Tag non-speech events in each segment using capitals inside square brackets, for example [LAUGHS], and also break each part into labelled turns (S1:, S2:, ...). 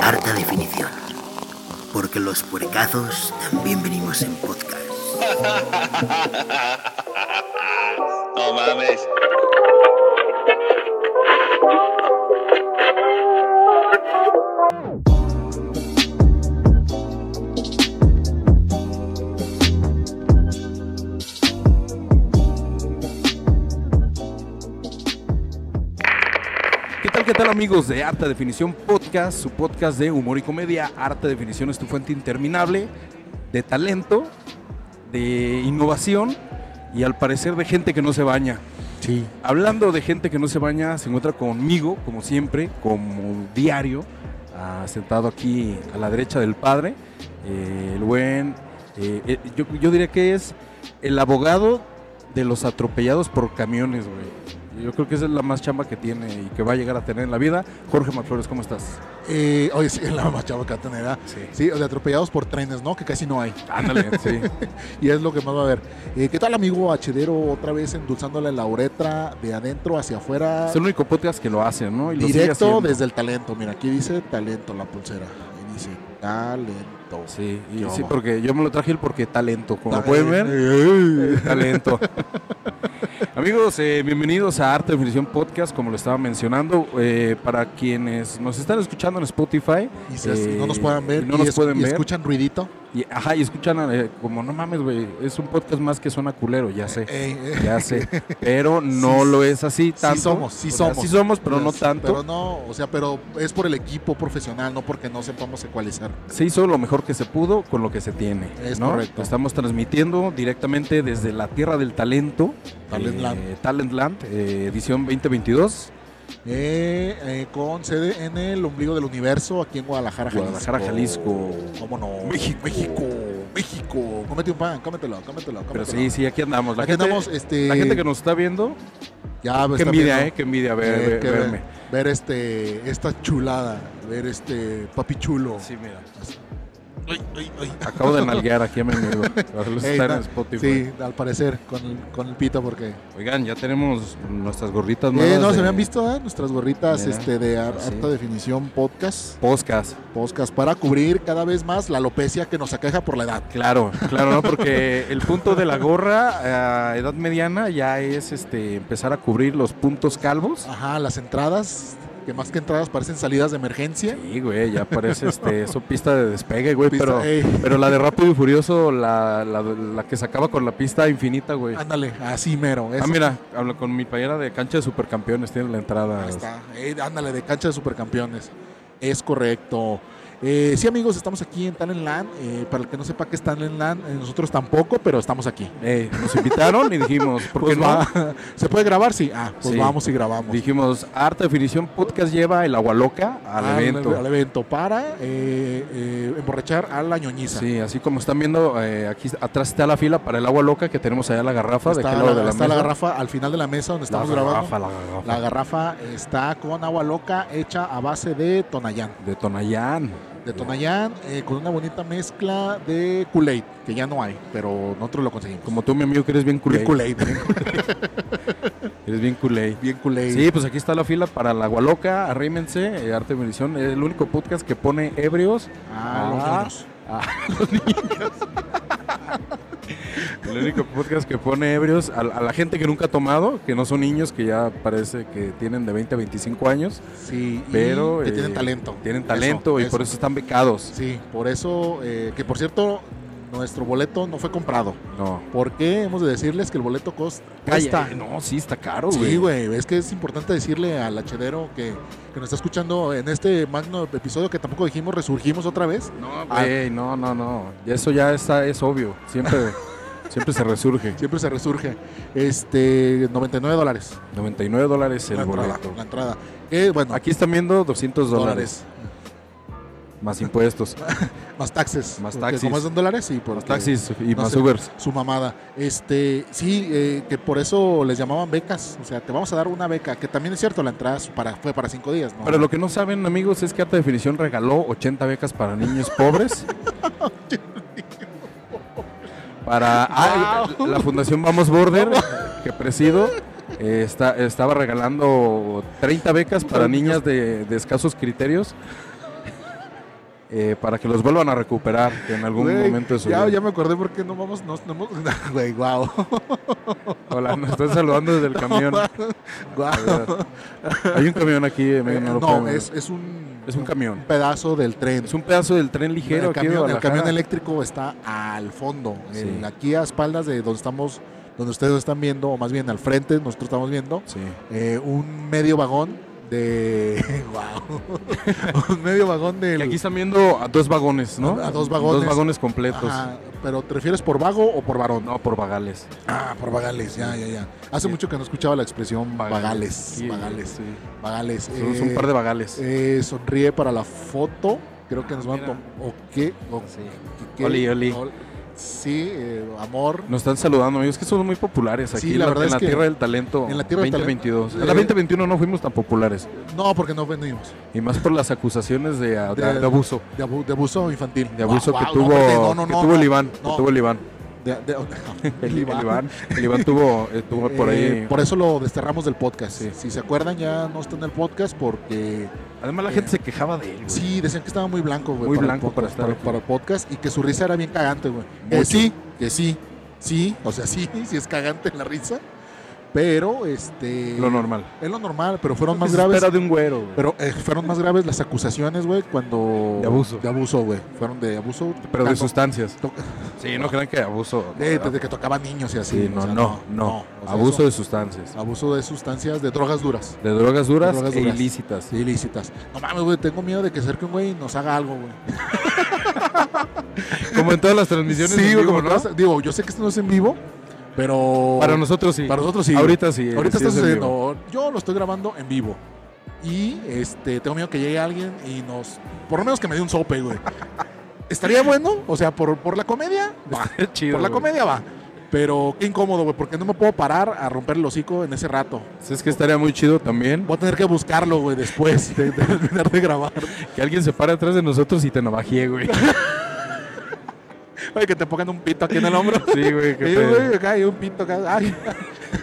S1: Harta definición. Porque los puercazos también venimos en podcast.
S2: [LAUGHS] No mames.
S3: ¿Qué tal, qué tal amigos de Harta Definición Podcast, su podcast de humor y comedia? Harta Definición es tu fuente interminable de talento, de innovación y al parecer de gente que no se baña.
S4: Sí.
S3: Hablando de gente que no se baña, se encuentra conmigo, como siempre, como diario, ah, sentado aquí a la derecha del padre, eh, el buen, eh, eh, yo, yo diría que es el abogado de los atropellados por camiones, güey. Yo creo que esa es la más chamba que tiene y que va a llegar a tener en la vida. Jorge Macflores, ¿cómo estás?
S4: Eh, oye, sí, [LAUGHS] la más chava que va a tener, ¿ah?
S3: Sí.
S4: Sí, o sea, atropellados por trenes, ¿no? Que casi no hay.
S3: [LAUGHS] Ándale, sí.
S4: Y es lo que más va a haber. Eh, ¿Qué tal, amigo Hachedero? Otra vez endulzándole la uretra de adentro hacia afuera.
S3: Es el único podcast que lo hace, ¿no? Y lo sigue
S4: Directo
S3: haciendo.
S4: desde el talento. Mira, aquí dice talento la pulsera. Y dice talento.
S3: Sí, y
S4: ¿Qué
S3: sí,
S4: hubo?
S3: porque yo me lo traje él porque talento, como pueden ver. [LAUGHS] Talento. [LAUGHS] Amigos, eh, bienvenidos a Arte Definición Podcast, como lo estaba mencionando. eh, para quienes nos están escuchando en Spotify,
S4: Y se-
S3: eh,
S4: no nos puedan ver.
S3: y no
S4: y
S3: nos
S4: es-
S3: pueden
S4: y
S3: ver.
S4: escuchan ruidito.
S3: y, ajá, y escuchan eh, como, no mames, güey, es un podcast más que suena culero, ya sé.
S4: Ey, eh,
S3: Ya
S4: [LAUGHS]
S3: sé, pero no
S4: Sí,
S3: lo es así tanto.
S4: somos, sí
S3: O sea,
S4: somos.
S3: Sí somos, pero no
S4: Yes,
S3: tanto.
S4: Pero no, o sea, pero es por el equipo profesional, no porque no sepamos ecualizar.
S3: se hizo lo mejor que se pudo con lo que se tiene.
S4: Es
S3: ¿no?
S4: correcto.
S3: Estamos transmitiendo directamente desde la tierra del talento,
S4: Talentland.
S3: eh, Talentland, eh, edición 2022,
S4: Eh, eh, con sede en el ombligo del universo, aquí en Guadalajara, Jalisco.
S3: Guadalajara, Jalisco.
S4: ¿Cómo no?
S3: México.
S4: México, México. Cómete un pan, cómetelo, cómetelo,
S3: Pero
S4: cómetelo.
S3: sí, sí, aquí andamos. La,
S4: Aquí
S3: gente,
S4: andamos, este,
S3: la gente que nos está viendo,
S4: ya
S3: qué
S4: está
S3: envidia,
S4: viendo,
S3: ¿eh? Qué envidia ver,
S4: eh,
S3: ver-
S4: que ver-
S3: verme.
S4: ver este, esta chulada, ver este papi chulo.
S3: Sí, mira.
S4: Ay, ay, ay.
S3: Acabo de nalguear aquí a mi
S4: [LAUGHS]
S3: amigo. Los
S4: Ey,
S3: está en
S4: na-
S3: Spotify.
S4: Sí, al parecer, con el, con el pito, porque
S3: Oigan, ya tenemos nuestras gorritas nuevas.
S4: Eh, no, se
S3: de
S4: habían visto ¿eh? nuestras gorritas
S3: Mira,
S4: este, de ar-
S3: así.
S4: alta definición podcast,
S3: Podcast.
S4: podcast para cubrir cada vez más la alopecia que nos aqueja por la edad.
S3: Claro, claro, ¿no? porque el punto de la gorra a edad mediana ya es este empezar a cubrir los puntos calvos.
S4: Ajá, las entradas, que más que entradas parecen salidas de emergencia.
S3: Sí, güey, ya parece este, eso pista de despegue, güey,
S4: Pista-
S3: pero,
S4: ey,
S3: pero la de Rápido y Furioso, la, la, la que sacaba con la pista infinita, güey.
S4: ándale, así mero. eso.
S3: Ah, mira, hablo con mi playera de cancha de supercampeones, tiene la entrada.
S4: Ahí está. Eh, ándale, de cancha de supercampeones. Es correcto. Eh, sí, amigos, estamos aquí en Talentland. Eh, para el que no sepa que es Talentland, eh, nosotros tampoco, pero estamos aquí.
S3: Eh, nos invitaron y dijimos, ¿por qué
S4: Pues
S3: no?
S4: va- [LAUGHS] ¿Se puede grabar? Sí. Ah, pues
S3: Sí.
S4: vamos y grabamos.
S3: Dijimos, Arte Definición Podcast lleva el agua loca al
S4: al,
S3: evento.
S4: al evento para eh, eh, emborrachar a la ñoñiza.
S3: Sí, así como están viendo, eh, aquí atrás está la fila para el agua loca que tenemos allá la garrafa.
S4: Está,
S3: de aquel
S4: la,
S3: lado de la,
S4: está la
S3: mesa.
S4: garrafa al final de la mesa donde estamos
S3: la
S4: grabando.
S3: garrafa, la garrafa.
S4: La garrafa está con agua loca hecha a base de Tonayán.
S3: de Tonayán.
S4: De Tonayán eh, con una bonita mezcla de Kool-Aid, que ya no hay, pero nosotros lo conseguimos.
S3: Como tú, mi amigo, que eres bien culé.
S4: bien Kool-Aid.
S3: Eres bien culé.
S4: Bien Kool-Aid.
S3: Sí, pues aquí está la fila para la agua loca. Arrímense, eh, Arte Munición. Es el único podcast que pone ebrios.
S4: Ah, los
S3: Ah.
S4: ñoños.
S3: El único podcast que pone ebrios a, a la gente que nunca ha tomado, que no son niños, que ya parece que tienen de 20 a 25 años.
S4: Sí, y
S3: Pero,
S4: que
S3: eh,
S4: tienen talento.
S3: Tienen talento y por eso están becados.
S4: Sí, por eso, eh, que por cierto, nuestro boleto no fue comprado.
S3: No.
S4: ¿Por qué hemos de decirles que el boleto cos- cuesta?
S3: Ay, eh, No, sí, está caro, güey.
S4: Sí, güey, es que es importante decirle al hachedero que, que nos está escuchando en este magno episodio que tampoco dijimos resurgimos otra vez.
S3: No, güey, Ah, no, no, no. Ya Eso ya está, es obvio.
S4: [LAUGHS]
S3: Siempre, siempre se resurge.
S4: Siempre se resurge. Este, 99 dólares
S3: 99 dólares
S4: la
S3: el
S4: entrada.
S3: boleto.
S4: La entrada. Que, bueno,
S3: Aquí están viendo 200 dólares
S4: dólares.
S3: más
S4: [LAUGHS]
S3: impuestos,
S4: Más taxes.
S3: Más
S4: porque
S3: taxis.
S4: Como es en dólares, sí, por
S3: más taxis y
S4: no
S3: más
S4: sé.
S3: Ubers.
S4: Su mamada. Este, sí, eh, que por eso les llamaban becas. O sea, te vamos a dar una beca. Que también es cierto, la entrada es para, fue para cinco días, ¿no?
S3: Pero lo que no saben, amigos, es que Arte Definición regaló 80 becas para niños pobres. Para ay, la Fundación Vamos Border, que presido, eh, está- estaba regalando 30 becas para
S4: Para
S3: niñas de, de escasos criterios eh, para que los vuelvan a recuperar en algún
S4: Güey,
S3: momento de su
S4: ya,
S3: vida.
S4: ya me acordé por qué no vamos, no, no hemos, [LAUGHS] güey, guau.
S3: Hola, nos están saludando desde el camión.
S4: Guau.
S3: A ver, Hay un camión aquí, amigo,
S4: Eh,
S3: no, lo
S4: no,
S3: puedo ver.
S4: es, es un
S3: Es un camión.
S4: pedazo del tren.
S3: Es un pedazo del tren ligero
S4: el,
S3: aquí de
S4: camión, el
S3: Guadalajara.
S4: camión eléctrico está al fondo,
S3: Sí.
S4: en- aquí a espaldas de donde estamos, donde ustedes están viendo, o más bien al frente, nosotros estamos viendo,
S3: Sí.
S4: eh, un medio vagón de. [LAUGHS] ¡Wow! un medio vagón
S3: Y aquí
S4: del.
S3: están viendo a dos vagones, ¿no?
S4: A dos vagones.
S3: Dos vagones completos.
S4: Ajá, pero ¿te refieres por vago o por varón?
S3: No, por vagales.
S4: Ah, por vagales, ya, ya, ya. Hace
S3: Sí.
S4: mucho que no escuchaba la expresión vagales.
S3: Sí,
S4: vagales.
S3: sí.
S4: Vagales.
S3: Somos
S4: Eh,
S3: un par de vagales.
S4: eh, sonríe para la foto. Creo que nos van a
S3: mira.
S4: tomar. ¿O qué? ¿O
S3: Sí.
S4: qué?
S3: Oli, oli.
S4: Ol- Sí, eh, amor.
S3: Nos están saludando, amigos, que son muy populares aquí
S4: Sí, la
S3: en
S4: verdad
S3: en
S4: es
S3: la
S4: que
S3: tierra del talento.
S4: en la tierra del talento,
S3: 2022. En
S4: eh,
S3: la 2021 no fuimos tan populares.
S4: No, porque no venimos.
S3: Y más por las acusaciones de, de-
S4: De-
S3: de abuso.
S4: De, abu- de abuso infantil.
S3: De abuso
S4: Guau,
S3: que
S4: guau,
S3: tuvo,
S4: no, espérate, no, no,
S3: que
S4: no,
S3: tuvo el
S4: no.
S3: Iván.
S4: no.
S3: Que tuvo el Iván.
S4: De- de- [LAUGHS]
S3: [LAUGHS] El, el Iván. el Iván tuvo, eh, tuvo por ahí.
S4: Eh, por eso lo desterramos del podcast.
S3: Sí.
S4: Si se acuerdan, ya no está en el podcast porque
S3: Además, la
S4: eh,
S3: gente se quejaba de él. güey.
S4: sí, decían que estaba muy blanco, güey.
S3: Muy
S4: el
S3: blanco
S4: podcast,
S3: para estar
S4: para,
S3: aquí.
S4: para el podcast y que su risa era bien cagante, güey. Que
S3: Mucho.
S4: sí, que sí, sí, o sea, [LAUGHS] sí, sí es cagante la risa, pero este.
S3: Lo normal.
S4: Es lo normal, pero fueron
S3: Que
S4: más
S3: se
S4: graves.
S3: espera de un güero. güey.
S4: Pero eh, fueron más graves las acusaciones, güey, cuando.
S3: De abuso.
S4: De abuso, güey. Fueron de abuso.
S3: Pero de
S4: tocando-
S3: sustancias.
S4: to-
S3: Sí, no crean que abuso.
S4: de, de- de que tocaban niños y así.
S3: Sí, no,
S4: pues, o sea,
S3: no, no.
S4: o sea,
S3: abuso
S4: eso-
S3: de sustancias.
S4: abuso de sustancias, de drogas duras,
S3: De drogas duras,
S4: De drogas
S3: e
S4: duras.
S3: ilícitas.
S4: [LAUGHS] ilícitas. No mames, güey, tengo miedo de que acerque un güey y nos haga algo, güey.
S3: Como en todas las transmisiones.
S4: Sí,
S3: en
S4: güey,
S3: vivo,
S4: como
S3: ¿no?
S4: que vas a- Digo, yo sé que esto no es en vivo, pero.
S3: Para nosotros sí.
S4: para nosotros sí. güey.
S3: Ahorita sí.
S4: Ahorita
S3: sí
S4: está
S3: es en vivo.
S4: sucediendo. Yo lo estoy grabando en vivo. Y este, tengo miedo que llegue alguien y nos. Por lo menos que me dé un sope, güey. [LAUGHS] Estaría bueno, o sea, por, por la comedia, va.
S3: [LAUGHS] Qué chido.
S4: Por la
S3: güey.
S4: comedia va. Pero qué incómodo, güey, porque no me puedo parar a romper el hocico en ese rato.
S3: Es que estaría muy chido también
S4: Voy a tener que buscarlo, güey, después de, de terminar de grabar.
S3: que alguien se pare atrás de nosotros y te navajee,
S4: [LAUGHS]
S3: güey.
S4: Ay, que te pongan un pito aquí en el hombro.
S3: Sí, güey, que
S4: Y,
S3: te,
S4: güey, acá hay un pito acá. Ay,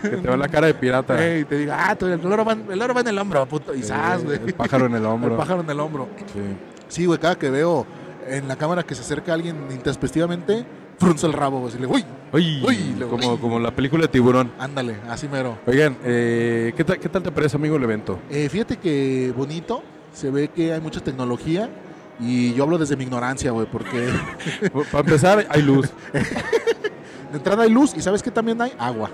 S3: que te va la cara de pirata.
S4: güey, y te diga, ah, tú, el loro va, en- el loro va en el hombro, puto. Y
S3: Eh,
S4: zas, güey.
S3: El pájaro en el hombro.
S4: [LAUGHS] El pájaro en el hombro.
S3: Sí.
S4: Sí, güey, cada que veo en la cámara que se acerca alguien intespectivamente, frunzo el rabo, güey. Y le, uy,
S3: Uy,
S4: Uy, lo-
S3: como, como la película de Tiburón.
S4: ándale, así mero.
S3: Oigan, eh, ¿qué, tal, ¿qué tal te parece, amigo, el
S4: [LAUGHS]
S3: evento?
S4: Eh, fíjate que bonito, se ve que hay mucha tecnología. Y yo hablo desde mi ignorancia, güey,
S3: [LAUGHS]
S4: porque
S3: Para empezar, hay luz.
S4: de entrada hay luz y sabes que también hay agua.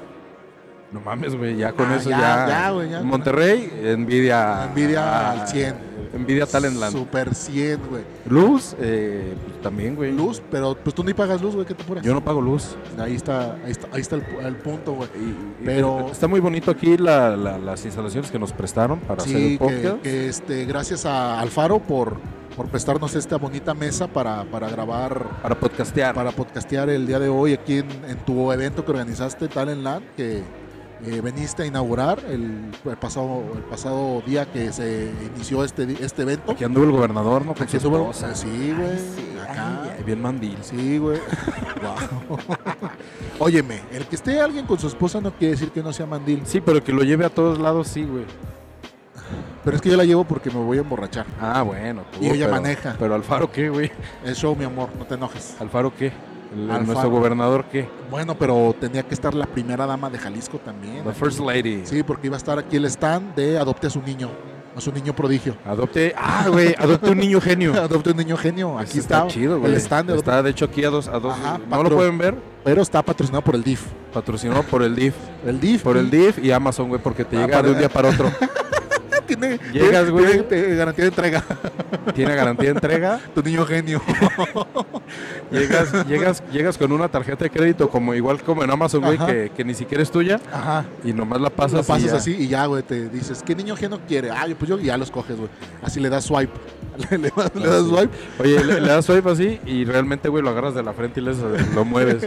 S3: No mames, güey, ya con
S4: Ah,
S3: eso
S4: ya,
S3: ya.
S4: ya, güey, ya.
S3: Monterrey, envidia.
S4: Envidia al 100.
S3: Envidia Talentland.
S4: Super 100, güey.
S3: Luz, eh, pues, también, güey.
S4: Luz, pero pues tú ni pagas luz, güey, ¿qué te pones?
S3: Yo no pago luz.
S4: Ahí está, ahí está, ahí está el, pu- el punto, güey.
S3: Y- y-
S4: Pero-
S3: está muy bonito aquí la- la- las instalaciones que nos prestaron para hacer el
S4: Sí, que,
S3: podcast.
S4: que, este, gracias a Alfaro por, por prestarnos esta bonita mesa para, para grabar
S3: Para podcastear.
S4: para podcastear el día de hoy aquí en, en tu evento que organizaste Talent Land, que eh, veniste a inaugurar el, el pasado, el pasado día que se inició este, di- este evento.
S3: Aquí anduvo el gobernador, ¿no? Con
S4: Aquí
S3: su
S4: estuvo-
S3: esposa.
S4: Sí, güey. acá.
S3: Ay, Bien mandil.
S4: Sí,
S3: [LAUGHS]
S4: güey. Guau. [LAUGHS] Óyeme, el que esté alguien con su esposa no quiere decir que no sea mandil.
S3: Sí, pero que lo lleve a todos lados, sí, güey.
S4: Pero es que yo la llevo porque me voy a emborrachar.
S3: Ah, bueno. tú,
S4: Y ella
S3: pero-
S4: maneja.
S3: Pero Alfaro, ¿qué, güey?
S4: Es show, mi amor, no te enojes.
S3: ¿Alfaro qué? El- el
S4: Alfaro.
S3: Nuestro gobernador, ¿qué?
S4: Bueno, pero tenía que estar la primera dama de Jalisco también.
S3: The First Lady.
S4: Sí, porque iba a estar aquí el stand de Adopte a su niño, a su niño prodigio.
S3: Adopte. Ah, güey. Adopte un niño genio.
S4: [LAUGHS] Adopte un niño
S3: Eso
S4: genio, aquí está,
S3: chido, güey.
S4: el stand, de Adopte-
S3: Está, de hecho, aquí a dos. A dos
S4: Ajá,
S3: no lo
S4: patro-
S3: pueden ver.
S4: pero está patrocinado por el DIF.
S3: Patrocinado por el DIF.
S4: El DIF.
S3: Por el
S4: DIF.
S3: DIF y Amazon, güey, porque te
S4: Ah,
S3: llega
S4: para-
S3: de un día para otro.
S4: [LAUGHS] Ah, Tiene,
S3: Llegas, güey.
S4: tiene- tiene garantía de entrega, [LAUGHS]
S3: Tiene garantía de entrega.
S4: tu niño
S3: [LAUGHS]
S4: genio.
S3: Llegas, llegas, llegas con una tarjeta de crédito, como igual como en Amazon, güey,
S4: Ajá.
S3: que, que ni siquiera es tuya.
S4: Ajá.
S3: Y nomás la pasas,
S4: Lo
S3: y
S4: pasas
S3: ya.
S4: así y ya, güey, te dices, ¿qué niño genio quiere? Ah, yo, pues yo, y ya los coges, güey. Así le das swipe. [LAUGHS] le, le- le das
S3: Así.
S4: swipe.
S3: Oye, le, le das swipe así
S4: [LAUGHS]
S3: y realmente, güey, lo agarras de la frente y le haces- lo mueves.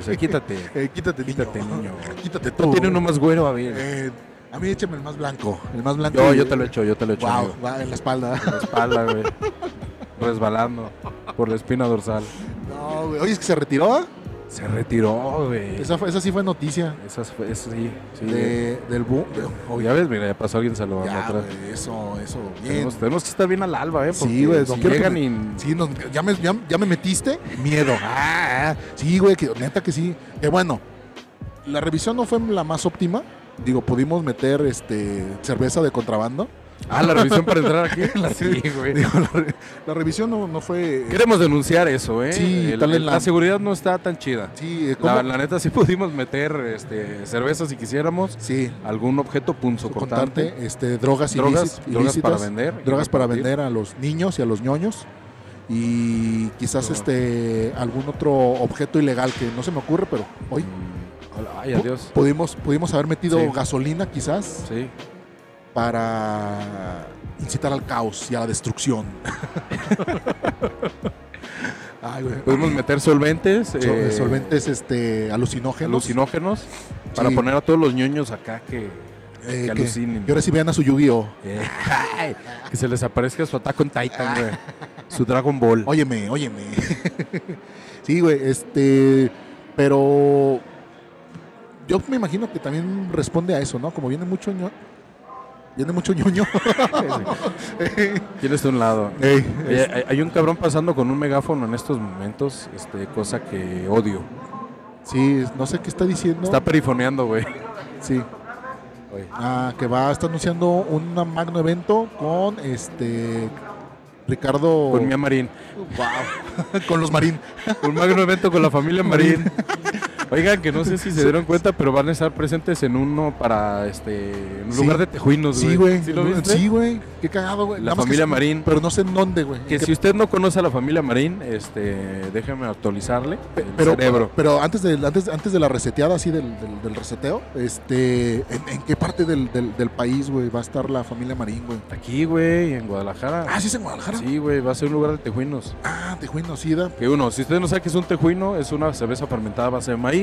S3: O sea, quítate.
S4: Eh, quítate,
S3: Quítate,
S4: niño.
S3: niño.
S4: [LAUGHS] Quítate tú.
S3: No tiene uno más güero, a ver.
S4: Eh, a mí échame el más blanco. El más blanco.
S3: Yo, yo te lo echo, yo te lo echo.
S4: Wow,
S3: amigo.
S4: en la espalda. [LAUGHS]
S3: En la espalda, güey. Resbalando por la espina dorsal.
S4: No, güey. Oye, es que se retiró. ¿ah?
S3: Se retiró, güey.
S4: Esa, fue- esa sí fue noticia.
S3: Esas fue- eso sí. sí.
S4: de- del boom. de-
S3: Oh, ya ves, mira, ya pasó alguien saludando
S4: ya,
S3: atrás.
S4: güey, eso, eso. Bien.
S3: Tenemos, tenemos que estar bien al alba, ¿eh? Porque
S4: Sí, güey, no
S3: si
S4: quiero que
S3: llegan
S4: me-
S3: y...
S4: Sí, no, ya, me, ya, ya me metiste
S3: [LAUGHS]
S4: miedo. Ah, ah. sí, güey, que, neta que sí. Que bueno, la revisión no fue la más óptima. Digo, pudimos meter este cerveza de contrabando. [LAUGHS]
S3: Ah, la revisión para entrar aquí. sí, güey.
S4: Digo, la, re- la revisión no, no fue.
S3: Queremos denunciar eso, ¿eh?
S4: Sí,
S3: El-
S4: tal en
S3: el-
S4: la-
S3: la seguridad no está tan chida.
S4: Sí, eh, ¿cómo?
S3: La, la neta, sí pudimos meter este, cerveza si quisiéramos,
S4: sí,
S3: algún objeto punzocortante.
S4: contarte este, drogas,
S3: Drogas,
S4: ilícit-
S3: drogas para
S4: ilícitas,
S3: vender.
S4: drogas para
S3: repartir.
S4: vender a los niños y a los ñoños. Y quizás
S3: No.
S4: este algún otro objeto ilegal que no se me ocurre, pero hoy
S3: Mm, Ay, adiós.
S4: pudimos, pudimos haber metido
S3: Sí.
S4: gasolina quizás
S3: Sí.
S4: para incitar al caos y a
S3: [LAUGHS]
S4: la destrucción. Ay, güey.
S3: Pudimos meter solventes.
S4: Sol-
S3: eh,
S4: solventes este alucinógenos.
S3: alucinógenos. Para
S4: Sí.
S3: poner a todos los ñoños acá que,
S4: eh,
S3: que
S4: que-
S3: alucinen.
S4: y ahora sí vean a su Yu-Gi-Oh.
S3: Eh, ay, que se les aparezca su Attack on Titan, güey. Su Dragon
S4: [LAUGHS]
S3: Ball.
S4: Óyeme, óyeme. sí, güey, este. Pero. Yo me imagino que también responde a eso, ¿no? Como viene mucho ño. Viene mucho
S3: [LAUGHS]
S4: ñoño.
S3: Tienes de un lado.
S4: Ey,
S3: Eh, hay- hay un cabrón pasando con un megáfono en estos momentos, este, cosa que odio.
S4: sí, no sé qué está diciendo.
S3: Está perifoneando, güey.
S4: Sí. Ah, que va, está anunciando un magno evento con este. Ricardo.
S3: Con Mia Marín.
S4: Wow. [LAUGHS] con los Marín.
S3: Un magno evento con la familia
S4: [LAUGHS]
S3: Marín. Oigan, que no sé si se dieron cuenta, pero van a estar presentes en uno para este. En un
S4: Sí.
S3: lugar de tejuinos, güey.
S4: Sí, güey.
S3: ¿Sí lo viste?
S4: Sí, güey. Qué cagado, güey.
S3: La
S4: Nada más que
S3: familia
S4: sí-
S3: Marín.
S4: Pero no sé en dónde, güey.
S3: Que
S4: ¿En qué
S3: si usted no conoce a la familia Marín, este, déjeme actualizarle el
S4: Pero,
S3: cerebro.
S4: pero antes, de, antes, antes de la reseteada, así del, del- del reseteo, este, ¿en, en qué parte del, del- del país, güey, va a estar la familia Marín, güey?
S3: Aquí, güey, en Guadalajara.
S4: Ah, sí, es en Guadalajara.
S3: Sí, güey, va a ser un lugar de tejuinos.
S4: Ah, Tejuino, Sida.
S3: Que uno, si usted no sabe que es un tejuino, es una cerveza fermentada a base de maíz.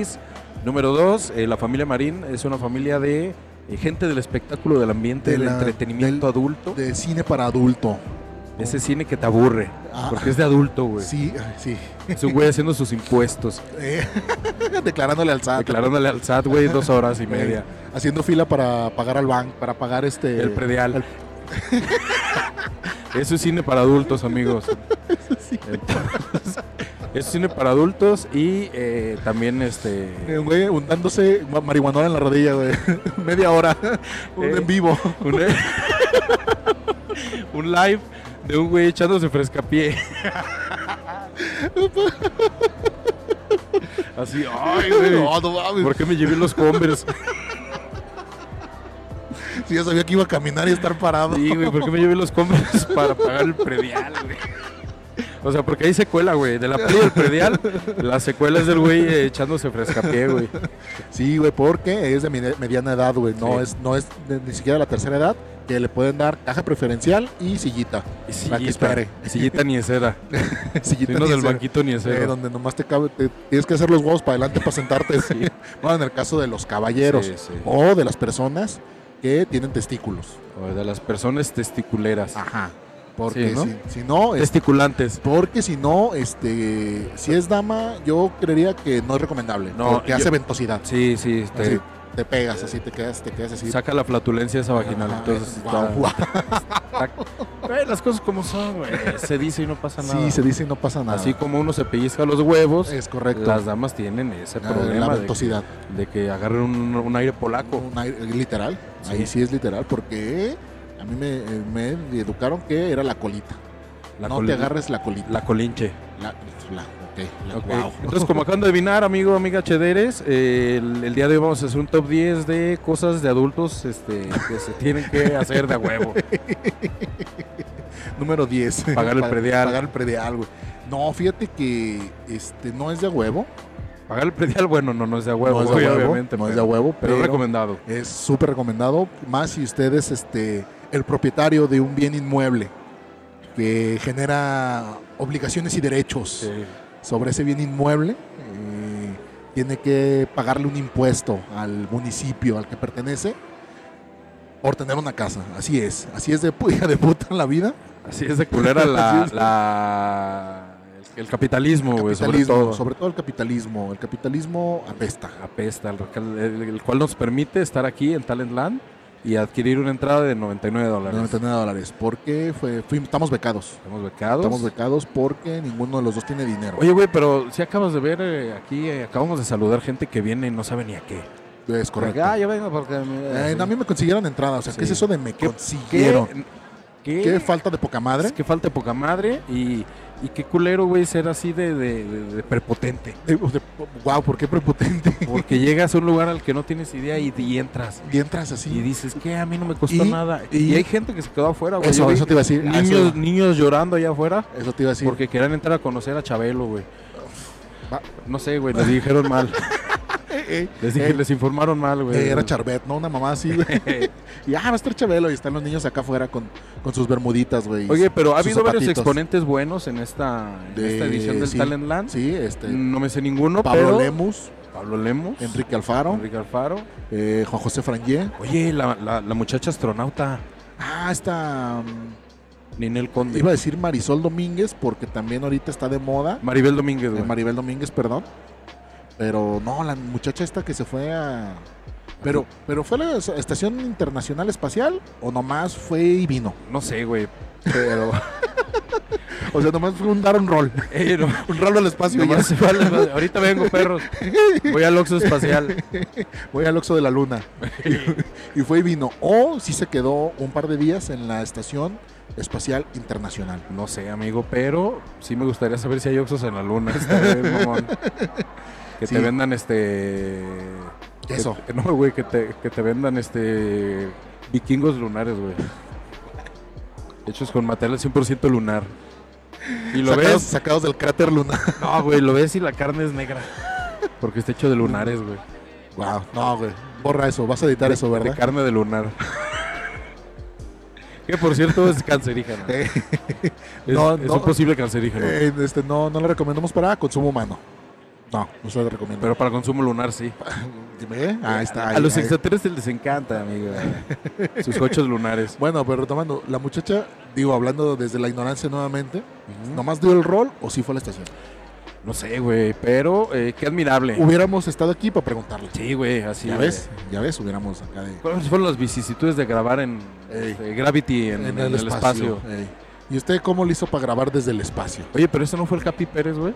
S3: Número dos, eh, la familia Marín es una familia de eh, gente del espectáculo, del ambiente,
S4: De
S3: del
S4: la-
S3: entretenimiento
S4: del-
S3: adulto.
S4: De cine para adulto.
S3: Ese cine que te aburre,
S4: Ah,
S3: porque es de adulto, güey.
S4: [LAUGHS] sí, ay, sí.
S3: Es un güey haciendo sus impuestos,
S4: Eh, [LAUGHS] declarándole al SAT.
S3: declarándole al SAT, güey, dos
S4: [LAUGHS]
S3: horas y
S4: güey,
S3: media.
S4: Haciendo fila para pagar al banco, para pagar este.
S3: El predial. [LAUGHS] Eso es cine para adultos, [LAUGHS] amigos. Entonces, es cine para adultos y eh, también este...
S4: Eh, Güey, untándose ma- marihuanola en la rodilla, güey. [LAUGHS] Media hora. [LAUGHS] Un
S3: Eh. [LAUGHS]
S4: en vivo.
S3: un, un live de un güey echándose frescapié. Así, ay,
S4: No,
S3: güey.
S4: no mames.
S3: ¿Por qué me llevé los Converse?
S4: Si ya sabía que iba a caminar y estar parado.
S3: Sí, güey, ¿por qué me llevé los
S4: [LAUGHS]
S3: Converse para pagar el predial, güey? O sea, porque hay secuela, güey. De la peli del predial, la secuela es del güey eh, echándose frescapié, güey.
S4: Sí, güey, porque es de medi- mediana edad, güey. No
S3: Sí.
S4: es, no es de- ni siquiera la tercera edad, que le pueden dar caja preferencial y sillita.
S3: Y
S4: [LAUGHS] La que
S3: sillita,
S4: espere.
S3: sillita ni esera.
S4: sillita
S3: Sino
S4: ni
S3: del
S4: cero.
S3: banquito ni
S4: Eh,
S3: esera.
S4: donde nomás te cabe, te- tienes que hacer los huevos para adelante para sentarte. [LAUGHS] Bueno, en el caso de los caballeros
S3: Sí, sí.
S4: o de las personas que tienen testículos.
S3: O de las personas testiculeras.
S4: Ajá. Porque
S3: Sí, ¿no?
S4: si, si no, es-
S3: Testiculantes.
S4: porque si no, este, si es dama, yo creería que no es recomendable.
S3: No,
S4: porque
S3: yo-
S4: hace ventosidad.
S3: Sí, sí, te-
S4: Así, te pegas, así te quedas, te quedas así.
S3: saca la flatulencia esa vaginal.
S4: Ajá,
S3: Entonces,
S4: guau,
S3: está-
S4: Ah, guau.
S3: está- Güey, las cosas como son,
S4: [LAUGHS]
S3: güey. Se dice y no pasa nada.
S4: Sí, se dice y no pasa nada.
S3: Así como uno se pellizca los huevos,
S4: es correcto.
S3: las damas tienen ese
S4: Ah,
S3: problema
S4: la
S3: de,
S4: ventosidad.
S3: de que agarren un, un aire polaco.
S4: Un aire- literal.
S3: Sí.
S4: Ahí sí es literal, porque a mí me, eh, me educaron que era la colita.
S3: La,
S4: no
S3: coli-
S4: te agarres la colita.
S3: la colinche.
S4: La- pues, la- ok, la-
S3: Ok.
S4: wow.
S3: Entonces,
S4: [LAUGHS]
S3: como acaban de adivinar, amigo, amiga Chederes, eh, el, el día de hoy vamos a hacer un top 10 de cosas de adultos este, que se tienen que hacer de a huevo.
S4: Número 10.
S3: Pagar el
S4: Pa-
S3: predial.
S4: Pagar el predial, güey. No, fíjate que este no es de a huevo.
S3: Pagar el predial, bueno, no, no es de a huevo,
S4: no es de a
S3: güey,
S4: huevo.
S3: obviamente.
S4: no es de
S3: pero-
S4: a huevo,
S3: pero
S4: pero,
S3: es recomendado.
S4: es súper recomendado. Más si usted es este, el propietario de un bien inmueble que genera obligaciones y derechos.
S3: Sí.
S4: sobre ese bien inmueble, eh, tiene que pagarle un impuesto al municipio al que pertenece por tener una casa. Así [LAUGHS] es, así es de pu- hija de puta la vida. [LAUGHS]
S3: Así es de culera
S4: Así
S3: la,
S4: es.
S3: la- el El capitalismo, güey, Pues sobre
S4: Capitalismo,
S3: todo.
S4: sobre todo el capitalismo. El capitalismo apesta.
S3: Apesta, el, el- el cual nos permite estar aquí en Talentland y adquirir una entrada de 99 dólares.
S4: 99 dólares. Porque fue, fuimos- estamos becados.
S3: Estamos becados.
S4: Estamos becados porque ninguno de los dos tiene dinero.
S3: Oye, güey, pero si acabas de ver eh, aquí, eh, acabamos de saludar gente que viene y no sabe ni a qué.
S4: es correcto.
S3: Ah, yo vengo porque...
S4: Eh, a mí me consiguieron entrada. O sea, ¿qué
S3: Sí.
S4: es eso de me
S3: ¿Qué-
S4: consiguieron?
S3: ¿Qué?
S4: ¿Qué? falta de poca madre?
S3: Es que falta de poca madre y, y qué culero, güey, ser así de, de- de- de prepotente.
S4: Eh, wow, ¿por qué prepotente? [LAUGHS]
S3: Porque llegas a un lugar al que no tienes idea y, y entras.
S4: Y entras
S3: Y
S4: así.
S3: dices, ¿qué? A mí no me costó
S4: Y-
S3: nada. Y,
S4: y-
S3: hay gente que se quedó afuera, güey. Yo
S4: Eso,
S3: vi
S4: eso te iba a decir. Ah,
S3: niños,
S4: eso-
S3: niños llorando allá afuera
S4: Eso te iba a decir.
S3: porque querían entrar a conocer a Chabelo, güey.
S4: Va-
S3: No sé, güey, les dijeron
S4: [LAUGHS]
S3: mal.
S4: Eh, eh,
S3: Les, dije-
S4: eh,
S3: les informaron mal, güey. Eh,
S4: eh, era Charbet, ¿no? Una mamá así, güey.
S3: [LAUGHS]
S4: y ah, va a estar Chabelo. Y están los niños acá afuera con, con sus bermuditas, güey. [LAUGHS] y
S3: Oye,
S4: sus-
S3: pero ha
S4: sus
S3: habido varios
S4: zapatitos.
S3: exponentes buenos en esta, en
S4: De-
S3: esta edición del
S4: sí,
S3: Talent Land.
S4: Sí, este.
S3: No me sé ninguno,
S4: Pablo
S3: pero...
S4: Lemus,
S3: Pablo Lemos.
S4: Enrique Alfaro,
S3: Enrique Alfaro.
S4: eh, Juan José Frangé.
S3: Oye, la, la- la muchacha astronauta,
S4: Ah, está. mm,
S3: Ninel Conde.
S4: Iba a decir Marisol Domínguez, porque también ahorita está de moda.
S3: Maribel Domínguez,
S4: Eh,
S3: güey.
S4: Maribel Domínguez, perdón. Pero no, la muchacha esta que se fue a. Pero, pero fue a la es- Estación Internacional Espacial o nomás fue y vino.
S3: No sé, güey. Pero.
S4: [LAUGHS] O sea, nomás fue un dar un rol.
S3: Eh, no,
S4: [LAUGHS] Un rol al espacio. y ya.
S3: nomás se fue a la- Ahorita vengo,
S4: [LAUGHS]
S3: perros. Voy al Oxxo Espacial.
S4: Voy al Oxo de la Luna. y fue y vino. O sí se quedó un par de días en la Estación Espacial Internacional.
S3: No sé, amigo, pero sí me gustaría saber si hay Oxxos en la luna. esta vez, [LAUGHS] mamón. Que
S4: Sí.
S3: te vendan este. que-
S4: Eso.
S3: no, güey, que te, que te vendan este. Vikingos lunares, güey. Hechos con material 100% lunar. Y lo
S4: sacados,
S3: ves.
S4: sacados del cráter [LAUGHS] lunar.
S3: No, güey, lo ves y la carne es negra. Porque está hecho de lunares, güey.
S4: Wow. No, güey. Borra eso. Vas a editar
S3: De-
S4: eso,
S3: De
S4: ¿verdad?
S3: carne de lunar. que por cierto es cancerígena.
S4: Eh,
S3: Es,
S4: no,
S3: es
S4: no.
S3: un posible cancerígeno.
S4: Eh, [LAUGHS] este, no, no la recomendamos para consumo humano. No, no se la recomiendo.
S3: Pero para consumo lunar sí.
S4: Dime, ¿eh? Ahí está.
S3: A,
S4: ahí,
S3: los
S4: ahí.
S3: extraterrestres les encanta, [LAUGHS] amigo. Sus cochos lunares.
S4: Bueno, pero retomando, la muchacha, digo, hablando desde la ignorancia nuevamente, ¿nomás dio el rol o sí fue a la estación?
S3: No sé, güey, pero eh, qué admirable.
S4: Hubiéramos estado aquí para preguntarle.
S3: Sí, güey, así.
S4: ¿Ya
S3: güey.
S4: ves? ¿Ya ves? Hubiéramos acá de...
S3: ¿Cuáles fueron las vicisitudes de grabar en
S4: Ey.
S3: este, Gravity en, en el, espacio?
S4: Ey. ¿Y usted cómo lo hizo para grabar desde el espacio?
S3: Oye, pero ese no fue el Capi Pérez, güey.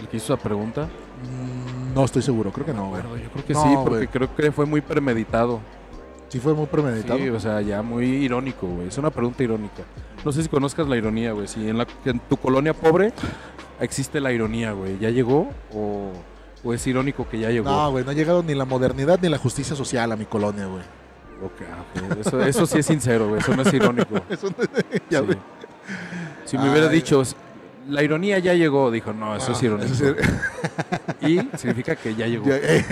S3: El que hizo la pregunta.
S4: Mm, No estoy seguro, creo que no. güey.
S3: Bueno, yo creo que
S4: No,
S3: sí, porque
S4: güey.
S3: creo que fue muy premeditado.
S4: Sí fue muy premeditado.
S3: Sí, o sea, ya muy irónico, güey. Es una pregunta irónica. No sé si conozcas la ironía, güey. Si en, la, en tu colonia pobre existe la ironía, güey. ¿Ya llegó o, o es irónico que ya llegó?
S4: no, güey, no ha llegado ni la modernidad ni la justicia social a mi colonia, güey.
S3: Ok, ah, ok. Eso, eso sí es sincero, güey. Eso no es irónico.
S4: [LAUGHS] Eso no- ya
S3: Sí.
S4: ves.
S3: Si me hubiera
S4: Ay.
S3: dicho, la ironía ya llegó, dijo, no, eso
S4: Ah,
S3: es irónico.
S4: eso sí-
S3: Y significa que ya llegó.
S4: ya- eh,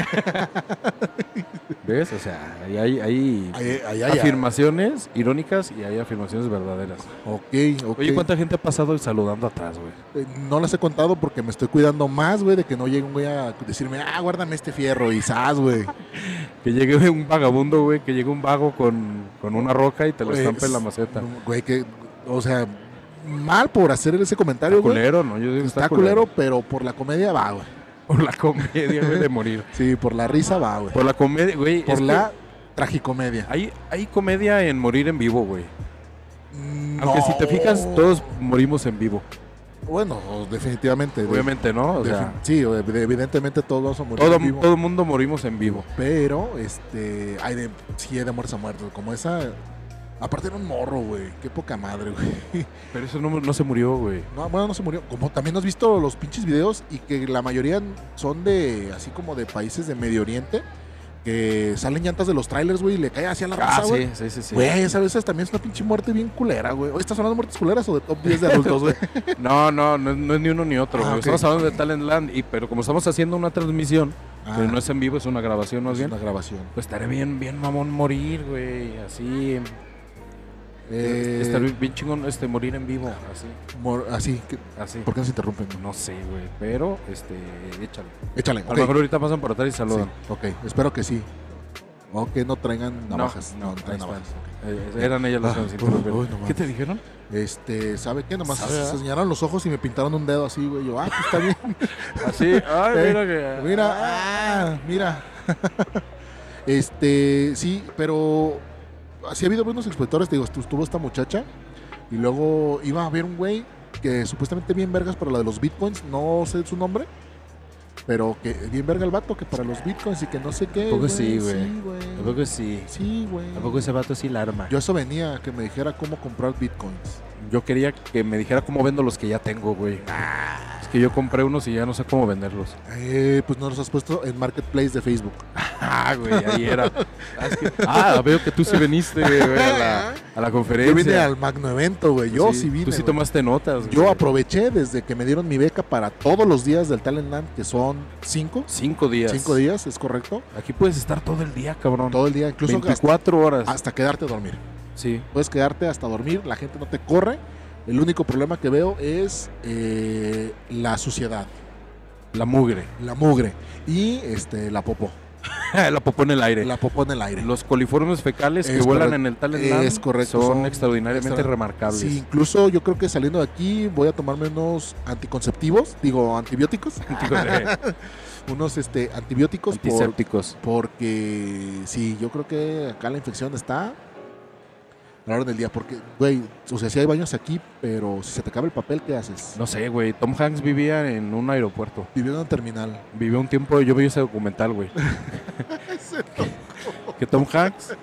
S3: ¿Ves? O sea, ahí hay, hay
S4: ahí- ahí- ahí-
S3: afirmaciones irónicas y hay afirmaciones verdaderas.
S4: Ok, ok.
S3: Oye, ¿cuánta gente ha pasado saludando atrás, güey?
S4: Eh, No las he contado porque me estoy cuidando más, güey, de que no llegue un güey a decirme, ah, guárdame este fierro y sas, güey.
S3: Que llegue [LAUGHS] un vagabundo, güey, que llegue un vago con, con una roca y te lo
S4: Güey,
S3: estampe en la maceta.
S4: Pues, no, Güey, que, o sea, mal por hacer ese comentario,
S3: Está
S4: güey.
S3: culero, ¿no? Yo digo,
S4: Está, culero, pero por la comedia va,
S3: [LAUGHS]
S4: güey.
S3: Por la comedia, güey, de morir.
S4: Sí, por la risa va, güey. Por,
S3: Por la comedia, güey. es que
S4: la tragicomedia.
S3: Hay, hay comedia en morir en vivo, güey. Aunque
S4: No.
S3: si te fijas, todos morimos en vivo.
S4: Bueno, definitivamente. de-
S3: Obviamente, ¿no? O
S4: de-
S3: sea,
S4: sí, o- de- evidentemente todos somos
S3: todo, todo mundo morimos en vivo.
S4: Pero, este, hay de, sí, hay de muertos a muertos, como esa... Aparte era un morro, güey. Qué poca madre, [LAUGHS] güey.
S3: Pero eso no, no se murió, güey.
S4: No, bueno, no se murió. Como también has visto los pinches videos y que la mayoría son de, así como de países de Medio Oriente, que salen llantas de los trailers, güey, y le cae hacia la raza, güey.
S3: Ah, sí, sí, sí.
S4: Güey, esa veces también es una pinche muerte bien culera, güey. Oye, ¿Estás hablando de muertes culeras o de top 10 de adultos, güey?
S3: No, no, no, es- no es ni uno ni otro,
S4: Ah,
S3: güey.
S4: ok.
S3: Estamos hablando de Talent Land, y, pero como estamos haciendo una transmisión,
S4: Ah,
S3: [LAUGHS] pero no es en vivo, es una grabación más
S4: es
S3: bien.
S4: una grabación.
S3: Pues estaré bien, bien mamón morir, güey, así.
S4: Eh,
S3: estar bien chingón este, morir en vivo, así.
S4: mor- así, que-
S3: Así.
S4: ¿por qué nos interrumpen?
S3: No sé, güey, pero este, échale.
S4: Échale,
S3: A
S4: ok.
S3: lo mejor ahorita pasan por atrás y saludan.
S4: Sí, ok, espero que sí. O que no traigan navajas. No, no,
S3: ahí
S4: traen
S3: está.
S4: navajas. ok.
S3: Eh, eran ellas las
S4: Ah,
S3: que
S4: uy, uy, no
S3: ¿Qué
S4: mames.
S3: te dijeron?
S4: Este, ¿sabe qué? Nomás
S3: ¿Sabe,
S4: se
S3: verdad?
S4: señalaron los ojos y me pintaron un dedo así, güey. Yo, ah, pues está bien.
S5: [LAUGHS]
S3: Así, [LAUGHS] ay,
S4: Eh,
S3: mira que.
S4: Mira, ah, mira. [LAUGHS] este, sí, pero así ha habido buenos expositores. Te digo, estu- estuvo esta muchacha y luego iba a haber un güey que supuestamente bien vergas para la de los bitcoins, no sé su nombre, pero que bien verga el vato que para los bitcoins y que no sé qué.
S5: ¿A poco sí, güey?
S4: Sí,
S5: ¿A
S4: güey.
S5: poco sí?
S4: Sí, güey.
S5: ¿A poco ese vato sí la arma?
S4: Yo eso venía, que me dijera cómo comprar bitcoins.
S3: Yo quería que me dijera cómo vendo los que ya tengo, güey.
S4: Ah.
S3: Es que yo compré unos y ya no sé cómo venderlos.
S4: Eh, pues no los has puesto en Marketplace de Facebook.
S3: Ah, güey, ahí era. [LAUGHS] Ah, es que- ah, veo que tú sí viniste, güey, a la, a la conferencia.
S4: Yo vine al magno evento, güey. Yo sí, vine.
S3: Tú Pues sí
S4: güey.
S3: tomaste notas, güey.
S4: Yo aproveché desde que me dieron mi beca para todos los días del Talentland, que son cinco.
S3: Cinco días.
S4: Cinco días, es correcto.
S3: Aquí puedes estar todo el día, cabrón.
S4: Todo el día, incluso hasta,
S3: 24 horas.
S4: hasta quedarte a dormir.
S3: Sí.
S4: Puedes quedarte hasta dormir, la gente no te corre. El único problema que veo es eh, la suciedad,
S3: La mugre. [LAUGHS]
S4: la mugre y este, la popó.
S3: la popó en el aire.
S4: La popó en el aire.
S3: Los coliformes fecales que
S4: Es
S3: vuelan
S4: correcto.
S3: en el Talentland
S4: Es correcto,
S3: son,
S4: son
S3: extraordinariamente
S4: extra-
S3: remarcables.
S4: Sí, incluso yo creo que saliendo de aquí voy a tomarme unos anticonceptivos, digo antibióticos, [LAUGHS] unos este, antibióticos por,
S3: Antisépticos.
S4: Porque sí, yo creo que acá la infección está a la hora del día. Porque, güey, o sea, si hay baños aquí, pero si se te acaba el papel, ¿qué haces?
S3: No sé, güey. Tom Hanks vivía en un aeropuerto.
S4: Viviendo en un terminal.
S3: Vivió un tiempo, yo vi ese documental,
S4: [LAUGHS]
S3: güey. que Tom Hanks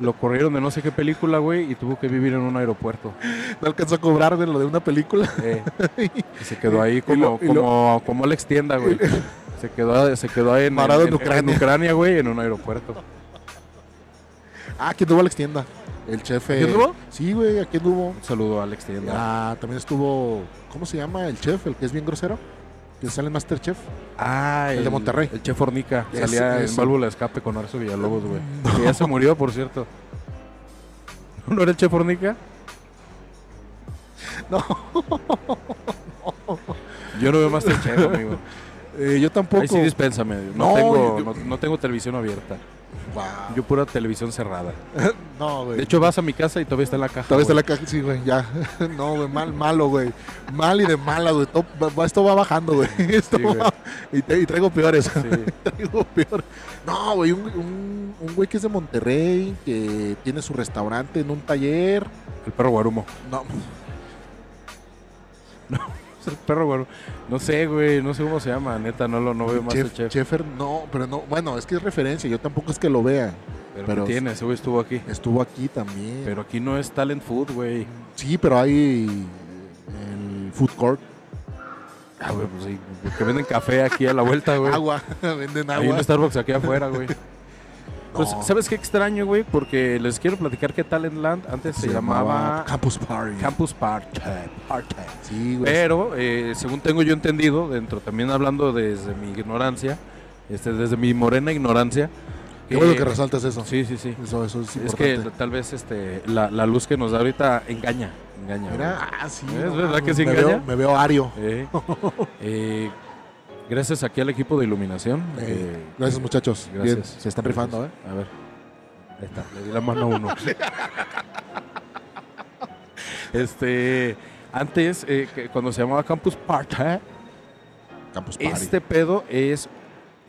S3: lo corrieron de no sé qué película, güey, y tuvo que vivir en un aeropuerto.
S4: No alcanzó a cobrar de lo de una película. [LAUGHS]
S3: Eh, [LAUGHS] y se quedó ahí
S4: Y
S3: como,
S4: lo- y lo-
S3: como, como Alex Tienda,
S4: [LAUGHS]
S3: güey. Se quedó, se quedó ahí en,
S4: Parado en
S3: en
S4: Ucrania.
S3: Ucrania, güey, en un aeropuerto.
S4: Ah, ¿quién tuvo Alex Tienda? El chef. eh,
S3: ¿Aquí anduvo?
S4: Sí, güey, aquí tuvo?
S3: Un saludo a Alex Tienda.
S4: Ah, también estuvo. ¿Cómo se llama el chef? El que es bien grosero. Que sale en Masterchef.
S3: Ah,
S4: el de Monterrey.
S3: El Chef Fornica.
S4: Ese,
S3: salía en
S4: ese.
S3: válvula de escape con Arce Villalobos, güey. Que ya se murió, por cierto. [LAUGHS] ¿No era el Chef Fornica?
S4: No.
S3: Yo no veo más el Chef, amigo.
S4: Eh, yo tampoco.
S3: Ahí sí dispénsame. No,
S4: No,
S3: tengo,
S4: yo-
S3: no, no tengo televisión abierta.
S4: Wow.
S3: Yo pura televisión cerrada.
S4: no, güey.
S3: De hecho, vas a mi casa y todavía está en la caja.
S4: Tal vez te
S3: güey.
S4: la caja, sí, güey, ya. [LAUGHS] No, güey, mal, malo, güey. Mal y de mala, güey. Todo- va- va- Esto va bajando, güey. [LAUGHS] Esto
S3: Sí, güey.
S4: va- y, te- y traigo peores.
S3: Sí.
S4: [LAUGHS] traigo peor. No, güey, un, un, un güey que es de Monterrey, que tiene su restaurante en un taller.
S3: El perro guarumo.
S4: No,
S3: [LAUGHS] El perro guarumo. No sé, güey. No sé cómo se llama. Neta, no lo no veo más el
S4: Chef,
S3: chef.
S4: Chefer, no, pero no. Bueno, es que es referencia. Yo tampoco es que lo vea.
S3: pero,
S4: pero-
S3: tiene, ese güey estuvo aquí.
S4: Estuvo aquí también.
S3: Pero aquí no es Talent Food, güey.
S4: sí, pero hay el food court.
S3: Ah, güey, pues sí. Que venden café aquí a la vuelta, güey.
S4: Agua, [LAUGHS] venden
S3: Hay
S4: agua.
S3: un Starbucks aquí afuera, [LAUGHS] güey. Pues,
S4: No.
S3: ¿sabes qué extraño, güey? Porque les quiero platicar que Talentland antes se, llamaba
S4: Campus Party.
S3: Campus Party.
S4: sí, güey.
S3: Pero, eh, según tengo yo entendido, dentro también hablando desde mi ignorancia, este, desde mi morena ignorancia.
S4: Qué bueno
S3: eh,
S4: que resaltas eso.
S3: Sí, sí, sí.
S4: Eso, eso es
S3: Es que
S4: importante.
S3: tal vez este, la, la luz que nos da ahorita engaña. Engaña.
S4: Mira, ah, sí.
S3: ¿Es verdad
S4: mames,
S3: que sí
S4: me
S3: engaña?
S4: Veo, me veo ario.
S3: güey. Eh, eh, gracias aquí al equipo de iluminación.
S4: Eh,
S3: eh,
S4: gracias, muchachos.
S3: gracias.
S4: Bien, se están rifando, ¿eh?
S3: A ver. Ahí está, le di la mano a
S4: [LAUGHS]
S3: uno. este, antes, eh, que cuando se llamaba Campus ¿eh? Party,
S4: Campus Party.
S3: este pedo es,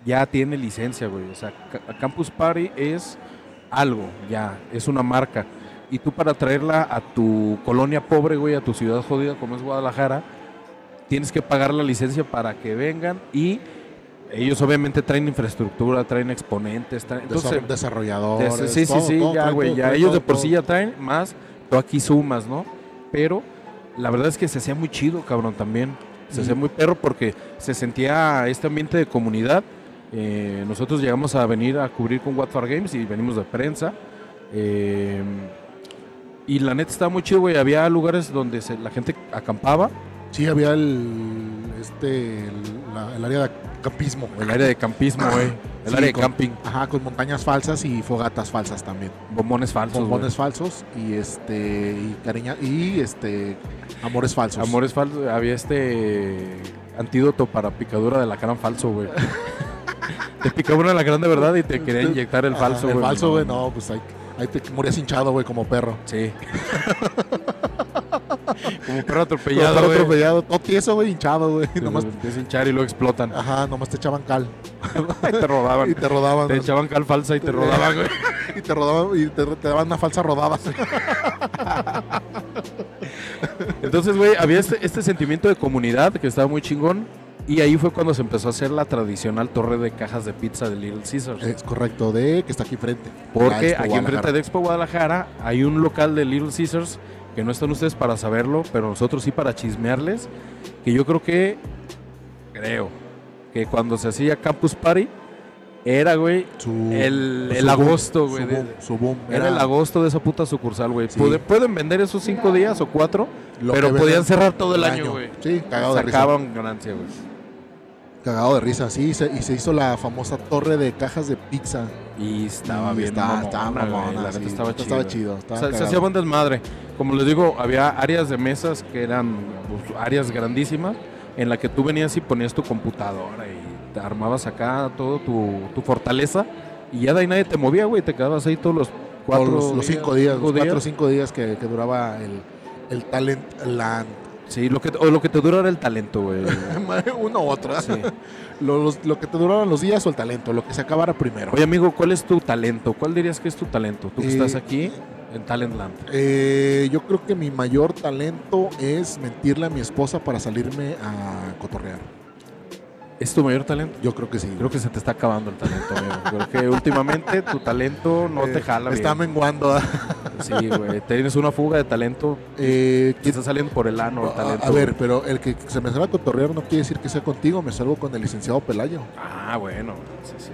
S3: ya tiene licencia, güey. O sea, Ca- Campus Party es algo, ya, es una marca. Y tú para traerla a tu colonia pobre, güey, a tu ciudad jodida como es Guadalajara, tienes que pagar la licencia para que vengan y ellos obviamente traen infraestructura, traen exponentes, traen...
S4: Desa-
S3: Entonces,
S4: desarrolladores.
S3: de- sí, sí,
S4: todo,
S3: sí,
S4: todo,
S3: ya,
S4: todo,
S3: güey,
S4: todo,
S3: ya
S4: todo,
S3: ellos
S4: todo,
S3: de por sí
S4: todo.
S3: ya traen más, tú aquí sumas, ¿no? Pero la verdad es que se hacía muy chido, cabrón, también. Se hacía
S4: Mm.
S3: muy perro porque se sentía este ambiente de comunidad. Eh, nosotros llegamos a venir a cubrir con Watford Games y venimos de prensa. Eh, y la neta estaba muy chido, güey. Había lugares donde se- la gente acampaba,
S4: Sí, había el, este, el, la- el área de campismo.
S3: el área de campismo, güey. El
S4: Sí,
S3: área de
S4: con-
S3: camping,
S4: Ajá, con montañas falsas y fogatas falsas también.
S3: bombones falsos, güey.
S4: Bombones falsos y este y cariña y este amores falsos.
S3: Amores falsos,
S4: [LAUGHS]
S3: había este antídoto para picadura de la cara falso, güey. Te picaba una la grande verdad y te quería inyectar el
S4: Ah,
S3: falso, güey.
S4: El falso, güey, no, pues ahí, ahí te morías hinchado, güey, como perro. [LAUGHS]
S3: Sí. Como perro
S4: Como
S3: atropellado,
S4: perro
S3: güey.
S4: atropellado. Todo tieso, güey, hinchado, güey.
S3: Te
S4: Nomás,
S3: empieza a hinchar y luego explotan. [LAUGHS]
S4: ajá, nomás te echaban cal.
S3: te
S4: Y
S3: rodaban.
S4: te rodaban.
S3: Te
S4: ¿no?
S3: echaban cal falsa y te rodaban, güey.
S4: y te rodaban y te, te daban una falsa rodada.
S3: Entonces, güey, había este, este sentimiento de comunidad que estaba muy chingón. Y ahí fue cuando se empezó a hacer la tradicional torre de cajas de pizza de Little Caesars.
S4: es correcto, de que está aquí enfrente. La
S3: Porque
S4: Expo
S3: aquí enfrente
S4: Guadalajara.
S3: de Expo Guadalajara hay un local de Little Caesars que no están ustedes para saberlo, pero nosotros sí para chismearles. Que yo creo que, creo, que cuando se hacía Campus Party, era, güey,
S4: Su-
S3: el,
S4: su
S3: el
S4: boom,
S3: agosto, güey.
S4: Su
S3: de-
S4: boom, su boom.
S3: Era el agosto de esa puta sucursal, güey.
S4: Sí.
S3: Pude- Pueden vender esos cinco días o cuatro,
S4: lo
S3: pero
S4: que
S3: podían
S4: venden
S3: cerrar todo el año, güey.
S4: Sí, cagado de risa.
S3: Sacaban ganancia, güey.
S4: Cagado de risa, sí. Y se, y se hizo la famosa torre de cajas de pizza.
S3: Y estaba
S4: Y
S3: bien.
S4: estaba-
S3: mamona,
S4: estaba
S3: güey,
S4: mamona,
S3: la neta
S4: sí,
S3: estaba chido.
S4: estaba chido, estaba
S3: O sea, se
S4: cagado.
S3: hacía buen desmadre. Como les digo, había áreas de mesas que eran pues, áreas grandísimas en la que tú venías y ponías tu computadora y te armabas acá todo tu, tu fortaleza y ya de ahí nadie te movía, güey. Te quedabas ahí todos los cuatro
S4: Cuatro, los, los cinco días,
S3: cinco
S4: los cuatro o
S3: días.
S4: cinco días que, que duraba el, el Talent Land.
S3: Sí, lo que, o lo que te dura era el talento, güey.
S4: [LAUGHS] Uno u otro. ¿eh?
S3: Sí.
S4: Lo, los- lo que te duraban los días o el talento, lo que se acabara primero.
S3: Oye, amigo, ¿cuál es tu talento? ¿Cuál dirías que es tu talento? Tú que
S4: Eh,
S3: estás aquí en Talentland.
S4: Eh, yo creo que mi mayor talento es mentirle a mi esposa para salirme a cotorrear.
S3: ¿Es tu mayor talento?
S4: Yo creo que sí.
S3: Creo que se te está acabando el talento, amigo. Creo que últimamente tu talento no te
S4: Eh,
S3: jala,
S4: Está
S3: bien.
S4: menguando.
S3: Sí, güey. Tienes una fuga de talento.
S4: Eh,
S3: Te está saliendo por el ano el
S4: a,
S3: talento.
S4: a ver, pero el que se me salga a cotorrear no quiere decir que sea contigo. Me salgo con el licenciado Pelayo.
S3: Ah, bueno. Sí, sí.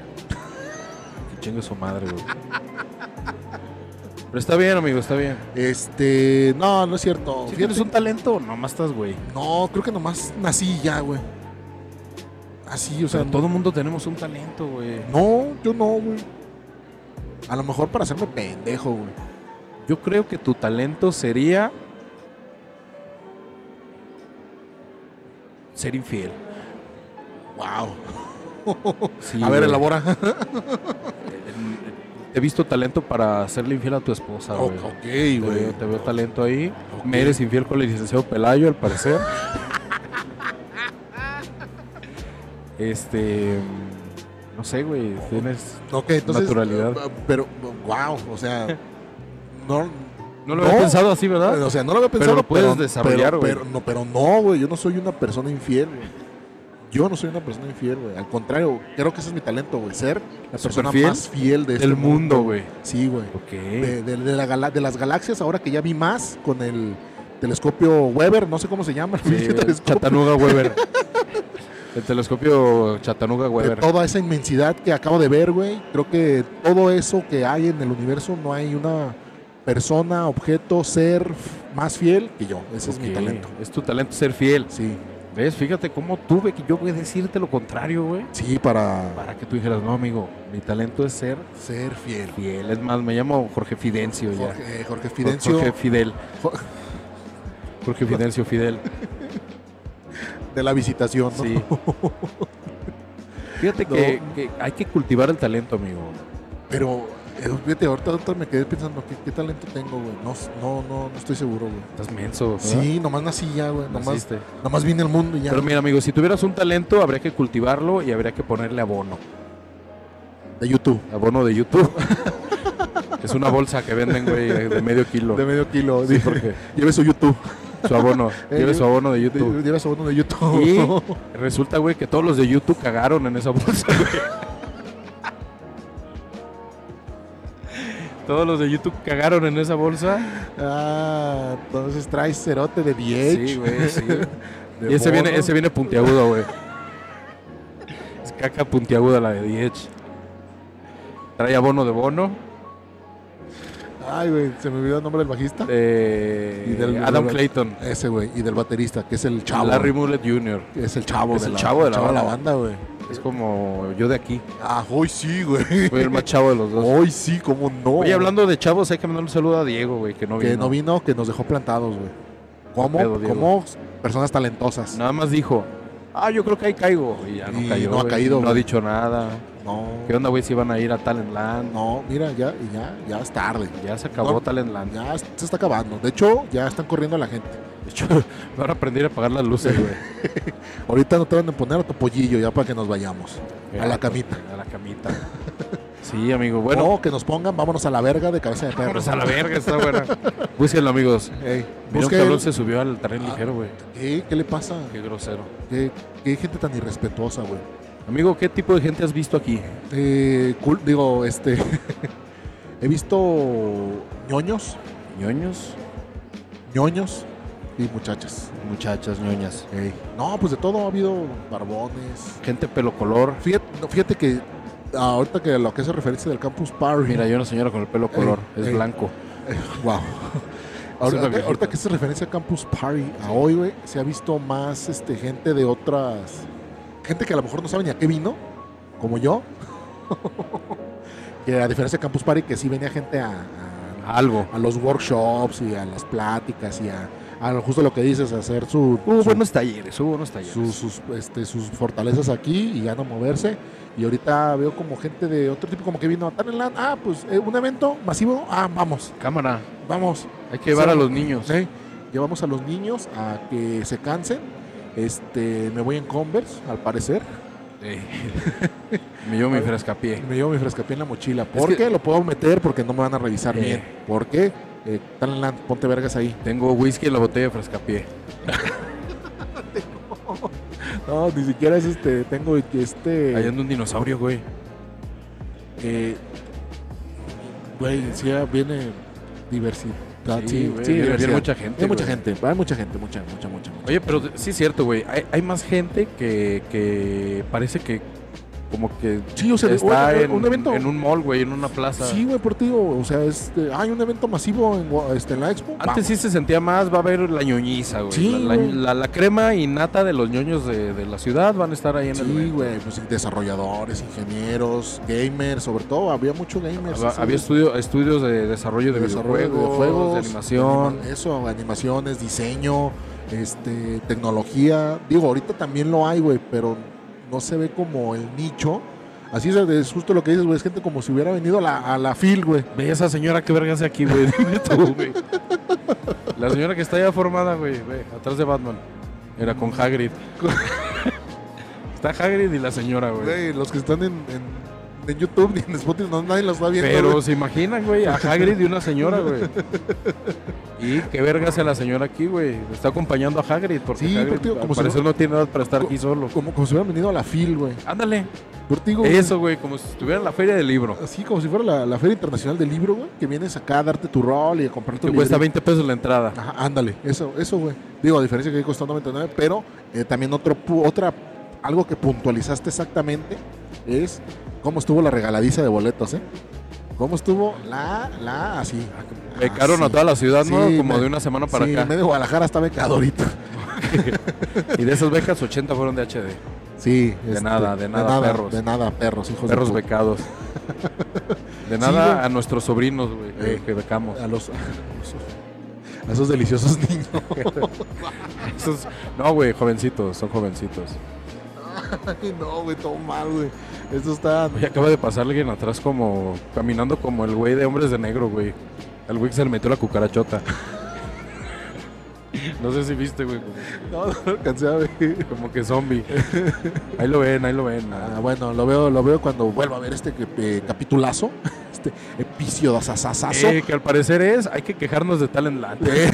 S3: Que chingue su madre, güey. Pero está bien, amigo, está bien.
S4: Este, no, no es cierto.
S3: Si
S4: Fíjate-
S3: tienes un talento, nomás estás, güey.
S4: No, creo que nomás nací ya, güey. Así, o
S3: O sea,
S4: sea,
S3: todo mundo tenemos un talento, güey.
S4: No, yo no, güey. A lo mejor para hacerme pendejo, güey.
S3: Yo creo que tu talento sería ser infiel.
S4: Wow.
S3: Sí,
S4: a ver,
S3: güey.
S4: elabora.
S3: [LAUGHS] He visto talento para serle infiel a tu esposa,
S4: Ok,
S3: güey.
S4: ok,
S3: Te veo-
S4: güey.
S3: Te veo talento ahí.
S4: Ok.
S3: Me eres infiel con el licenciado Pelayo, al parecer. este. mm, No sé, güey. Tienes.
S4: Ok, entonces. eh,
S3: Naturalidad.
S4: Pero, wow, o sea. No,
S3: No lo había pensado así, ¿verdad?
S4: O sea, no lo había pensado.
S3: lo puedes desarrollar,
S4: pero-
S3: güey.
S4: Pero, no, pero no, güey. Yo no soy una persona infiel, güey. Yo no soy una persona infiel, güey. Al contrario, creo que ese es mi talento, güey. Ser la persona
S3: ¿Superfiel?
S4: más fiel de este
S3: Del mundo, güey.
S4: Sí, güey.
S3: Ok.
S4: de, de- de la gala- de las galaxias, ahora que ya vi más con el telescopio Weber, no sé cómo se llama, el
S3: Sí,
S4: pinche telescopio,
S3: Chattanooga Weber. [LAUGHS] El telescopio Chattanooga
S4: de
S3: Weber.
S4: toda esa inmensidad que acabo de ver, güey. Creo que todo eso que hay en el universo, no hay una persona, objeto, ser f- más fiel que yo. Ese es mi
S3: Ok,
S4: talento.
S3: Es tu talento ser fiel.
S4: Sí,
S3: ¿Ves? Fíjate cómo tuve que yo güey, decirte lo contrario, güey.
S4: sí, para
S3: Para que tú dijeras, no, amigo, mi talento es ser
S4: ser fiel.
S3: fiel. Es más, me llamo Jorge Fidencio ya.
S4: Jorge, eh, Jorge Fidencio,
S3: Jorge Fidel.
S4: Jo-
S3: Jorge Fidencio
S4: [LAUGHS]
S3: Fidel.
S4: de la visitación, ¿no?
S3: Sí. Fíjate
S4: No.
S3: que, que hay que cultivar el talento, amigo.
S4: Pero, eh, fíjate, ahorita, ahorita me quedé pensando, ¿qué, qué talento tengo, güey? No, s- no, no, no estoy seguro, güey.
S3: Estás menso. Pues, ¿verdad?
S4: Sí, nomás nací ya, güey. Nomás,
S3: Naciste.
S4: nomás vine al mundo y ya.
S3: Pero mira, amigo, si tuvieras un talento, habría que cultivarlo y habría que ponerle abono.
S4: De YouTube.
S3: Abono de YouTube. [LAUGHS] Que es una bolsa que venden, güey, de de medio kilo.
S4: De medio kilo.
S3: Sí,
S4: Sí,
S3: porque
S4: Lleve su YouTube.
S3: su
S4: [LAUGHS]
S3: abono. Lleve su abono de YouTube.
S4: Lleve su abono de YouTube.
S3: Y resulta, güey, que todos los de YouTube cagaron en esa bolsa, güey. Todos los de YouTube cagaron en esa bolsa.
S4: [LAUGHS] Ah, entonces traes cerote de VH.
S3: Sí, güey, sí.
S4: de
S3: Y ese viene,
S4: bono.
S3: ese viene puntiagudo, güey. Es caca puntiaguda la de 10. Trae abono de bono.
S4: Ay, güey, se me olvidó el nombre del bajista.
S3: eh,
S4: Y del-
S3: Adam Clayton.
S4: Ese, güey. Y del baterista, que es el chavo.
S3: Larry Mullet Jr.
S4: Es el chavo
S3: Es
S4: de
S3: el
S4: la
S3: chavo de la
S4: de la
S3: banda.
S4: banda, güey.
S3: Es como yo de aquí. Oh.
S4: Ah, hoy sí, güey.
S3: Soy el más chavo de los dos.
S4: Hoy sí, cómo no.
S3: Oye, hablando de chavos, hay que mandar un saludo a Diego, güey, que no
S4: que
S3: vino.
S4: no vino, que nos dejó plantados, güey. ¿Cómo?
S3: pedo, Diego?
S4: ¿Cómo? Personas talentosas.
S3: Nada más dijo, Ah, yo creo que ahí caigo. Y ya no
S4: Y
S3: cayó.
S4: no ha
S3: güey.
S4: caído,
S3: No ha
S4: güey.
S3: dicho nada.
S4: No.
S3: ¿Qué onda, güey? Si van a ir a Talentland.
S4: No, mira, ya, y ya, ya es tarde.
S3: Ya se acabó
S4: No.
S3: Talentland.
S4: Ya es- se está acabando. De hecho, ya están corriendo a la gente.
S3: De hecho, [LAUGHS] van a aprender a apagar las luces, güey.
S4: Ahorita no te van a poner a tu pollillo ya para que nos vayamos. A la camita.
S3: A la camita. Sí, amigo. Bueno,
S4: O que nos pongan, vámonos a la verga de cabeza de perro.
S3: vámonos a la verga, está buena. Búsquenlo, amigos.
S4: Ey,
S3: Mira, un
S4: busquen-
S3: cabrón se subió al tren ligero, güey.
S4: Ey, ¿Qué le pasa?
S3: Qué grosero.
S4: ¿Qué, qué gente tan irrespetuosa, güey?
S3: Amigo, ¿qué tipo de gente has visto aquí?
S4: Eh, cul- digo, este. [LAUGHS] he visto ñoños,
S3: ¿Ñoños?
S4: ñoños y muchachas.
S5: Muchachas ñoñas.
S4: Ey. No, pues de todo ha habido barbones.
S3: ¿Gente pelo color?
S4: Fíjate, no, fíjate que ahorita que lo que hace referencia del Campus Party.
S3: Mira, hay una señora con el pelo color.
S4: Ey,
S3: es
S4: ey.
S3: blanco.
S4: [LAUGHS] Wow. Ahorita,
S3: viejita.
S4: ahorita que hace referencia a Campus Party, a hoy, güey, se ha visto más este, gente de otras. Gente que a lo mejor no sabe ni a qué vino, como yo. [LAUGHS] que a diferencia de Campus Party, que sí venía gente a, a-
S3: Algo.
S4: a los workshops y a las pláticas y a, a lo- justo lo que dices, a hacer su,
S3: Hubo
S4: su-
S3: buenos talleres, hubo buenos talleres.
S4: su- sus, este, sus fortalezas aquí y ya no moverse. Y ahorita veo como gente de otro tipo, como que vino a Talentland. Ah, pues eh, un evento masivo. Ah, vamos,
S3: Cámara,
S4: vamos.
S3: hay que llevar
S4: Sí.
S3: a los niños.
S4: Sí, llevamos a los niños a que se cansen. Este, me voy en Converse, al parecer.
S3: Ey. Me llevo mi frescapié.
S4: Me llevo mi frescapié en la mochila. Porque lo puedo meter porque no me van a revisar
S3: Eh.
S4: bien. ¿Por qué? Eh, Talentland, ponte vergas ahí.
S3: Tengo whisky en la botella de frescapié.
S4: [LAUGHS] No, ni siquiera es este. Tengo
S3: Ahí
S4: este.
S3: anda un dinosaurio, güey.
S4: eh, Güey, sí, ah, viene diversidad. Sí,
S3: Sí,
S4: Ah,
S3: güey,
S4: sí, sí,
S3: viene- viene
S4: diversidad.
S3: mucha gente,
S4: Viene mucha
S3: güey.
S4: gente. Va mucha gente, mucha, mucha, mucha. mucha.
S3: Oye, pero sí es cierto, güey. Hay, hay más gente que, que parece que como que
S4: Sí, o sea,
S3: está
S4: oye,
S3: en,
S4: un evento.
S3: en un mall, güey, en una plaza.
S4: Sí, güey, por ti, o o sea, este, hay un evento masivo en, Gua- este, en la expo.
S3: Antes sí se sentía más, va a haber la ñoñiza, güey.
S4: Sí,
S3: la, la-
S4: güey.
S3: la- la crema y nata de los ñoños de, de la ciudad van a estar ahí en el
S4: Sí,
S3: evento.
S4: güey, pues desarrolladores, ingenieros, gamers, sobre todo, había mucho gamers.
S3: Había,
S4: así,
S3: había estudio- estudios de desarrollo de,
S4: desarrollo
S3: videojuegos,
S4: videojuegos,
S3: de animación.
S4: anima- eso, animaciones, diseño, este, tecnología. Digo, ahorita también lo hay, güey, pero no se ve como el nicho. Así es, es justo lo que dices, güey, es gente como si hubiera venido a la, a la FIL, güey.
S3: Ve esa señora que verga hace aquí, güey. [LAUGHS] Dime tú, güey. La señora que está ya formada, güey, ve, atrás de Batman. Era con
S4: [LAUGHS]
S3: Hagrid. está Hagrid y la señora, güey.
S4: Güey, los que están en, en- en YouTube ni en Spotify, no, nadie los está viendo.
S3: Pero
S4: güey.
S3: se imaginan, güey, a Hagrid y una señora,
S4: [LAUGHS]
S3: güey. Y qué verga hace la señora aquí, güey. Está acompañando a Hagrid porque
S4: Sí,
S3: Hagrid
S4: pero tío,
S3: como
S4: como si
S3: parecer no tiene edad para estar
S4: co-
S3: aquí solo.
S4: como, como si hubieran venido a la FIL, güey.
S3: Ándale.
S4: Por ti, güey.
S3: Eso, güey, como si estuviera en la feria del libro.
S4: Así como si fuera la, la Feria Internacional del Libro, güey. Que vienes acá a darte tu rol y a comprar tu
S3: Te cuesta
S4: librito.
S3: 20 pesos la entrada.
S4: Ajá, ándale. Eso, eso, güey. Digo, a diferencia que ahí costó 99, pero eh, también otro, pu- otra, algo que puntualizaste exactamente es cómo estuvo la regaladiza de boletos, ¿eh? ¿Cómo estuvo la, la, así?
S3: Becaron a
S4: Así.
S3: Eh, toda la ciudad, ¿no?
S4: Sí,
S3: como
S4: me-
S3: de una semana para
S4: sí,
S3: acá.
S4: medio Guadalajara está becado ahorita.
S3: Y de esas becas, 80 fueron de HD.
S4: Sí. este, De
S3: nada, de nada, perros.
S4: De nada, perros, hijos de
S3: Perros [LAUGHS]
S4: puta.
S3: becados. De
S4: Sí,
S3: nada
S4: güey.
S3: a nuestros sobrinos, güey, que-
S4: Eh.
S3: que becamos.
S4: A los... [LAUGHS] A esos deliciosos [LAUGHS] niños.
S3: [LAUGHS] Esos- no, güey, jovencitos, son jovencitos.
S4: Ay, no, güey, todo mal, güey. Esto está.
S3: Oye, acaba de pasar alguien atrás como caminando como el güey de hombres de negro, güey. El güey que se le metió la [LAUGHS] cucarachota. No sé si viste, güey, como,
S4: No, no lo alcancé a ver.
S3: como que zombie. Ahí lo ven, ahí lo ven.
S4: Ah, bueno, lo veo, lo veo cuando vuelva a ver este eh, capitulazo. [LAUGHS] Este epicio de asasasazo.
S3: Eh, que al parecer es, hay que quejarnos de Talentland. [LAUGHS]
S4: Eh,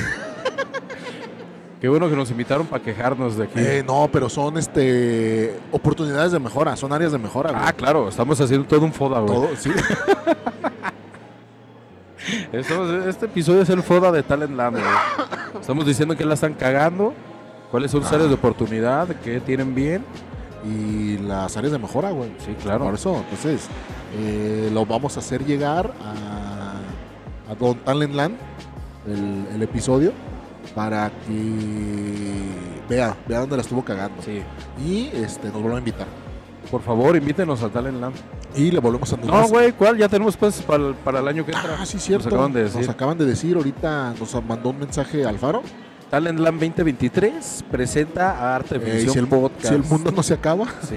S3: Qué bueno que nos invitaron para quejarnos de aquí.
S4: eh, no, pero son este oportunidades de mejora, son áreas de mejora. güey.
S3: ah, claro, estamos haciendo todo un foda, güey.
S4: Todo, sí. [LAUGHS]
S3: Estamos- este episodio es el foda de Talentland, güey. Estamos diciendo que la están cagando, cuáles son sus
S4: Ah.
S3: áreas de oportunidad, qué tienen bien.
S4: Y las áreas de mejora, güey.
S3: Sí, claro.
S4: Por eso, entonces, eh, lo vamos a hacer llegar a, a Don Talentland, el, el episodio, para que vea, vea dónde la estuvo cagando.
S3: Sí.
S4: Y este, nos vuelva a invitar.
S3: Por favor, invítenos a Talentland.
S4: Y le volvemos a
S3: No, güey, ¿cuál? Ya tenemos pues para el, para el año que entra.
S4: Ah, sí, cierto.
S3: Nos acaban de
S4: Nos
S3: decir.
S4: acaban de decir, ahorita nos mandó un mensaje Alfaro eh,
S3: Talentland 2023 presenta a Arte
S4: Eh, y
S3: Ficción
S4: si, el,
S3: Podcast.
S4: si el mundo no se acaba,
S3: Sí,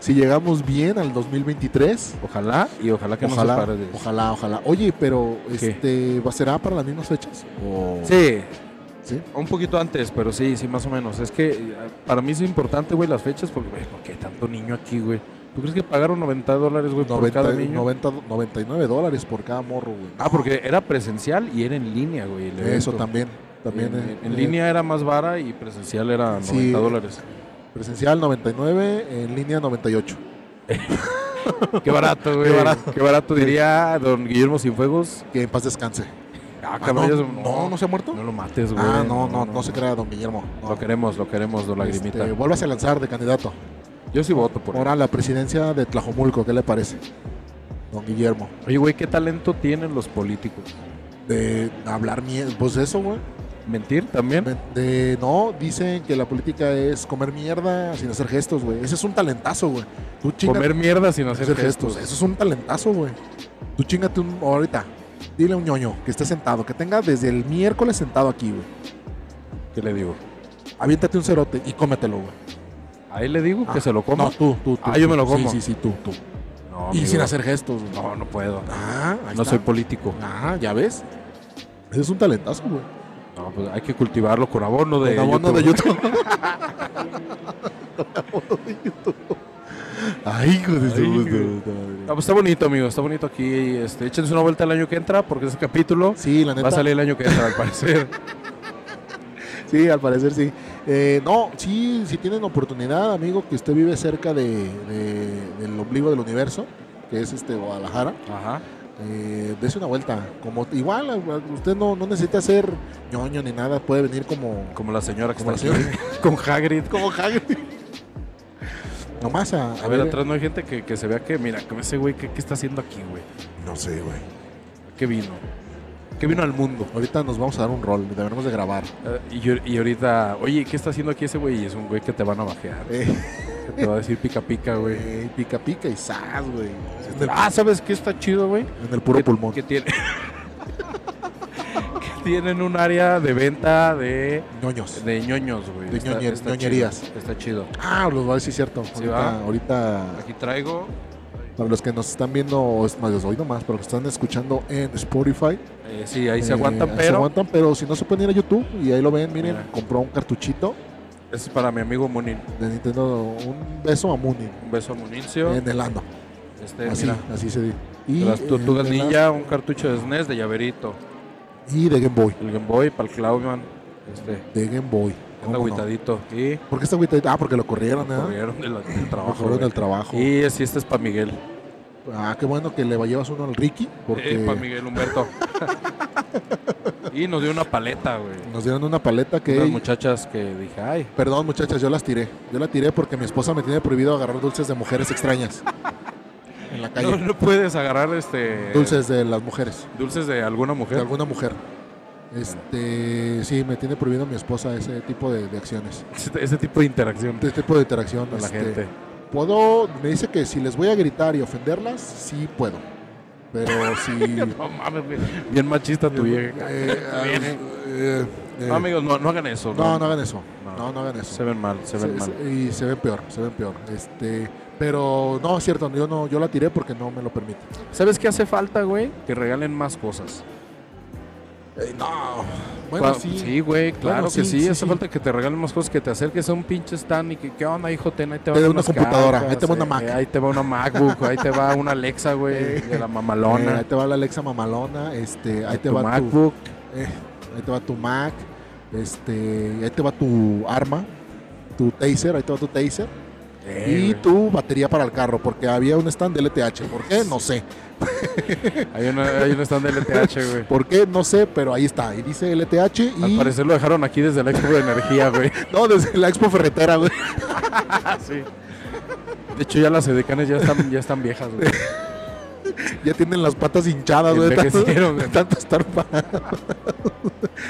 S4: si llegamos bien al 2023,
S3: ojalá y ojalá que no se
S4: ojalá,
S3: pare de eso.
S4: ojalá, ojalá. Oye, pero
S3: ¿Qué?
S4: este, ¿va será para las mismas fechas? ¿O-
S3: Sí,
S4: ¿Sí?
S3: un poquito antes, pero sí, sí, más o menos. Es que eh, para mí es importante, güey, las fechas, porque, güey, ¿por qué tanto niño aquí, güey? ¿Tú crees que pagaron 90 dólares, güey, por
S4: 90,
S3: cada niño?
S4: 90 99 dólares por cada morro, güey.
S3: Ah, porque era presencial y era en línea, güey. el
S4: Eso
S3: evento.
S4: también. también
S3: en,
S4: eh,
S3: en
S4: eh,
S3: línea era más vara y presencial era 90
S4: Sí. [LAUGHS]
S3: dólares.
S4: Presencial 99, en línea 98.
S3: Qué barato, güey. Qué barato, diría don Guillermo Sinfuegos.
S4: Que en paz descanse.
S3: Ah,
S4: Ah,
S3: cabrón,
S4: no,
S3: ya se-
S4: no, no se ha muerto.
S3: No lo mates, güey.
S4: ah, no, no, no, se crea, don Guillermo. No.
S3: Lo queremos, lo queremos, don Lagrimita.
S4: Este, vuelvas a lanzar de candidato.
S3: Yo sí voto por él.
S4: Ahora la presidencia de Tlajomulco, ¿qué le parece? Don Guillermo.
S3: Oye, güey, ¿qué talento tienen los políticos?
S4: De hablar mierda. Pues eso, güey.
S3: ¿Mentir también?
S4: De no, dicen que la política es comer mierda sin hacer gestos, güey. Ese es un talentazo, güey. Tú chinga-
S3: Comer mierda sin hacer
S4: hacer gestos. Eso es un talentazo, güey. Tú chingate un, ahorita. Dile a un ñoño que esté sentado, que tenga desde el miércoles sentado aquí, güey.
S3: ¿Qué le digo?
S4: Aviéntate un cerote y cómetelo, güey.
S3: Ahí le digo que
S4: Ah,
S3: se lo coma.
S4: No, tú, tú, tú.
S3: Ah, yo
S4: tú.
S3: me lo como.
S4: Sí, sí, sí, tú, tú.
S3: No,
S4: y
S3: amigo.
S4: sin hacer gestos, güey.
S3: No, no puedo.
S4: Ah, ahí
S3: No
S4: está.
S3: soy político.
S4: Ah, ya ves. Ese es un talentazo, güey.
S3: No, pues hay que cultivarlo con abono de
S4: Con abono
S3: YouTube.
S4: de YouTube. [LAUGHS] Con abono de YouTube. Ay, hijo de
S3: Ay,
S4: su-
S3: güey. No, pues está bonito, amigo. Está bonito aquí. Este, échense una vuelta el año que entra porque ese capítulo
S4: Sí, la neta.
S3: va a salir el año que entra,
S4: [LAUGHS]
S3: al parecer.
S4: Sí, al parecer sí. Eh, no, sí, si tienen oportunidad, amigo, que usted vive cerca de, de- del ombligo del universo, que es este Guadalajara,
S3: Ajá.
S4: eh, dese una vuelta. Como igual, a- usted no, no necesita ser ñoño ni nada, puede venir como
S3: Como la señora que
S4: Como
S3: está
S4: la
S3: aquí. con Hagrid.
S4: como Hagrid. Nomás a,
S3: A ver, atrás no hay gente que, que se vea que, mira, como ese güey, ¿qué, qué está haciendo aquí, güey?
S4: No sé, güey.
S3: ¿A ¿Qué vino? ¿Qué vino al mundo?
S4: Ahorita nos vamos a dar un rol, deberemos de grabar.
S3: Eh, y, yo- y ahorita, oye, ¿qué está haciendo aquí ese güey? Y es un güey que te van a bajear.
S4: Eh,
S3: que Te va a decir pica pica, güey.
S4: eh, pica pica y sas, güey. En el,
S3: Ah, ¿sabes qué está chido, güey?
S4: en el puro
S3: que,
S4: pulmón.
S3: Que, tiene- [LAUGHS] que tienen un área de venta de,
S4: Ñoños.
S3: de ñoños, güey.
S4: De ñoñer- ñoñerías.
S3: chido, está chido.
S4: Ah, los voy a decir cierto.
S3: Sí,
S4: ahorita,
S3: va.
S4: ahorita
S3: Aquí traigo
S4: Para los que nos están viendo, o es- no, los oí nomás, pero que están escuchando en Spotify.
S3: Eh, sí, ahí se
S4: eh,
S3: aguantan,
S4: ahí Se
S3: pero
S4: aguantan, pero si no se pueden ir a YouTube y ahí lo ven, miren,
S3: Mira.
S4: compró un cartuchito
S3: es para mi amigo Munin.
S4: de Nintendo, un beso a Muni
S3: Un beso a Munincio.
S4: en el ano.
S3: este,
S4: así,
S3: mira,
S4: así se dice.
S3: de
S4: Ah, Y, eh,
S3: las tortugas
S4: en el-
S3: ninja, un cartucho de SNES de llaverito.
S4: y de Game Boy.
S3: El Game Boy para el Claudian. Este,
S4: De Game Boy.
S3: anda
S4: ¿Cómo no?
S3: agüitadito. Y
S4: ¿Por qué está agüitadito? Ah, porque lo corrieron, ¿eh?
S3: corrieron del, del
S4: Lo
S3: trabajo.
S4: corrieron
S3: güey.
S4: del trabajo.
S3: Y así este es para Miguel.
S4: Ah, qué bueno que le llevas uno al Ricky, porque
S3: para Miguel
S4: [LAUGHS]
S3: Humberto. y nos dio una paleta, güey.
S4: nos dieron una paleta que
S3: Unas muchachas que dije, ay,
S4: Perdón, muchachas, yo las tiré. Yo la tiré porque mi esposa me tiene prohibido agarrar dulces de
S3: [LAUGHS]
S4: mujeres extrañas. en la calle.
S3: no, no puedes agarrar este
S4: Dulces de las mujeres.
S3: dulces de alguna
S4: De
S3: mujer.
S4: alguna mujer. Este, sí, me tiene prohibido mi esposa ese tipo de, de acciones.
S3: Este, este tipo de interacción
S4: Este tipo de interacción
S3: con la
S4: este,
S3: gente.
S4: Puedo, me dice que si les voy a gritar y ofenderlas, sí puedo. Pero
S3: [LAUGHS]
S4: si.
S3: No mames, güey. bien machista tu
S4: Eh,
S3: vieja.
S4: eh, eh, eh,
S3: No, amigos, no, no hagan eso.
S4: no, no hagan eso.
S3: No.
S4: No, no hagan eso.
S3: Se ven mal, se ven
S4: Se-
S3: mal.
S4: se- y se ven peor, se ven peor. Este, pero no, es cierto, yo no, yo la tiré porque no me lo permite.
S3: ¿Sabes qué hace falta, güey? Que regalen más cosas.
S4: Eh, no. Eh,
S3: Cua- güey, claro
S4: Bueno,
S3: que
S4: sí,
S3: sí.
S4: sí,
S3: hace
S4: sí.
S3: falta que te regalen más cosas, que te acerques a un pinche stand y que, ¿qué onda, hijo? Ten, ahí te,
S4: Te
S3: van
S4: doy una
S3: unas
S4: computadora, ahí te va una
S3: eh,
S4: Mac.
S3: ahí te va una MacBook, ahí te va una Alexa, güey, de la mamalona.
S4: ahí te va la Alexa mamalona, este, eh, ahí
S3: de
S4: te
S3: tu
S4: va tu,
S3: MacBook.
S4: eh, ahí te va tu Mac, este, ahí te va tu arma, tu taser, ahí te va tu taser y
S3: Eh, güey.
S4: tu batería para el carro, porque había un stand de LTH, ¿por qué? No sé,
S3: Hay, una, hay un stand de LTH, güey.
S4: ¿por qué? No sé, pero ahí está, y dice LTH
S3: Al
S4: y
S3: parecer lo dejaron aquí desde la Expo de Energía,
S4: [LAUGHS]
S3: güey.
S4: no desde la Expo Ferretera, güey. Ah,
S3: De hecho, ya las edecanes ya están, ya están viejas, güey.
S4: Ya tienen las patas hinchadas, güey. de tanto-
S3: Envejecieron,
S4: de
S3: güey.
S4: Tanto estar parados.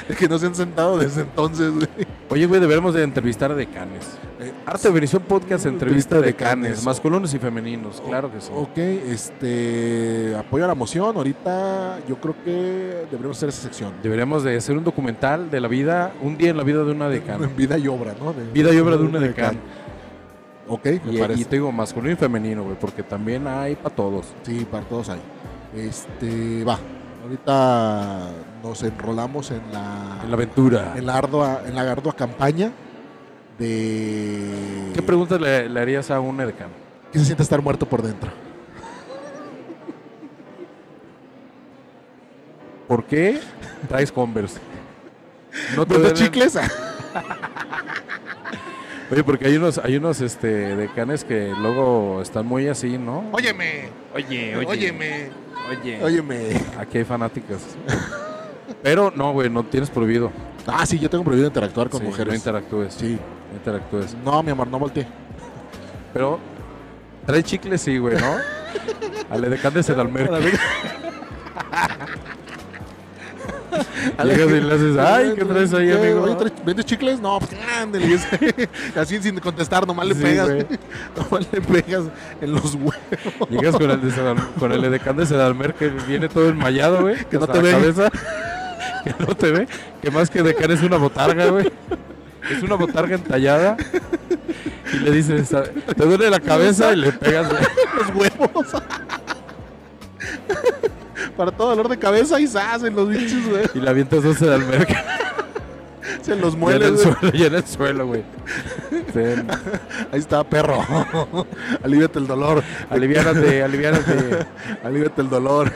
S4: Es [LAUGHS] que no se han sentado desde entonces, güey.
S3: Oye, güey, deberemos de entrevistar a decanes.
S4: Eh,
S3: Arte Bendición Podcast entrevista a
S4: Entrevista a
S3: decanes,
S4: decanes.
S3: masculinos y femeninos, claro que sí.
S4: Ok, este. Apoyo a la moción. Ahorita yo creo que deberíamos hacer esa sección.
S3: Deberíamos de hacer un documental de la vida, un día en la vida de una [LAUGHS] decana.
S4: En vida y obra, ¿no? De-
S3: Vida y obra de una decana.
S4: Ok, me
S3: Y,
S4: parece.
S3: y te digo, masculino y femenino, güey, porque también hay para todos.
S4: Sí, para todos ahí. Este, va. Ahorita nos enrolamos en la,
S3: En la aventura.
S4: en la ardua, en la ardua campaña de
S3: ¿Qué preguntas le, le harías a un decano?
S4: ¿Qué se siente estar muerto por dentro?
S3: ¿Por qué traes Converse? No
S4: ¿Vendo
S3: duelen-
S4: Pues chicles?
S3: Oye, porque hay unos, hay unos este, decanes que luego están muy así, ¿no?
S4: [LAUGHS] Óyeme,
S3: oye,
S4: óyeme,
S3: Oye.
S4: óyeme.
S3: Aquí hay [LAUGHS] fanáticas. Pero no, güey, no tienes prohibido.
S4: Ah, sí, yo tengo prohibido interactuar con
S3: Sí, No
S4: mujeres.
S3: interactúes.
S4: sí.
S3: No interactúes.
S4: No, mi amor,
S3: [LAUGHS]
S4: no volteé.
S3: Pero trae chicles, sí, güey,
S4: [LAUGHS]
S3: ¿no? Al edecán de Sedalmer. [LAUGHS] Llegas y le haces, ay, ¿qué traes ahí, amigo?
S4: Oye, ¿traes- ¿vendes chicles? No, pues ándale. [LAUGHS] Así sin contestar, nomás le
S3: Sí,
S4: pegas.
S3: güey.
S4: [LAUGHS] Nomás le pegas en los huevos. [LAUGHS]
S3: Llegas con el, de Sedal- con el edecán de Sedalmer que viene todo enmayado, güey.
S4: Que no
S3: hasta
S4: te
S3: la
S4: ve.
S3: cabeza, [LAUGHS] que no te ve. Que más que edecán es una botarga, güey. Es una botarga entallada. Y le dices, te duele la cabeza y le pegas, güey.
S4: los huevos. [LAUGHS] Para todo dolor de cabeza y zas en los bichos, güey.
S3: Y la avientas dos Sedalmer. que-
S4: Se los
S3: Ya en
S4: muele,
S3: el
S4: güey.
S3: suelo, ya en el suelo, güey. Ten,
S4: Ahí está, perro. [LAUGHS] Aliviate el dolor.
S3: [LAUGHS] aliviánate, aliviánate.
S4: [LAUGHS] Aliviate el dolor.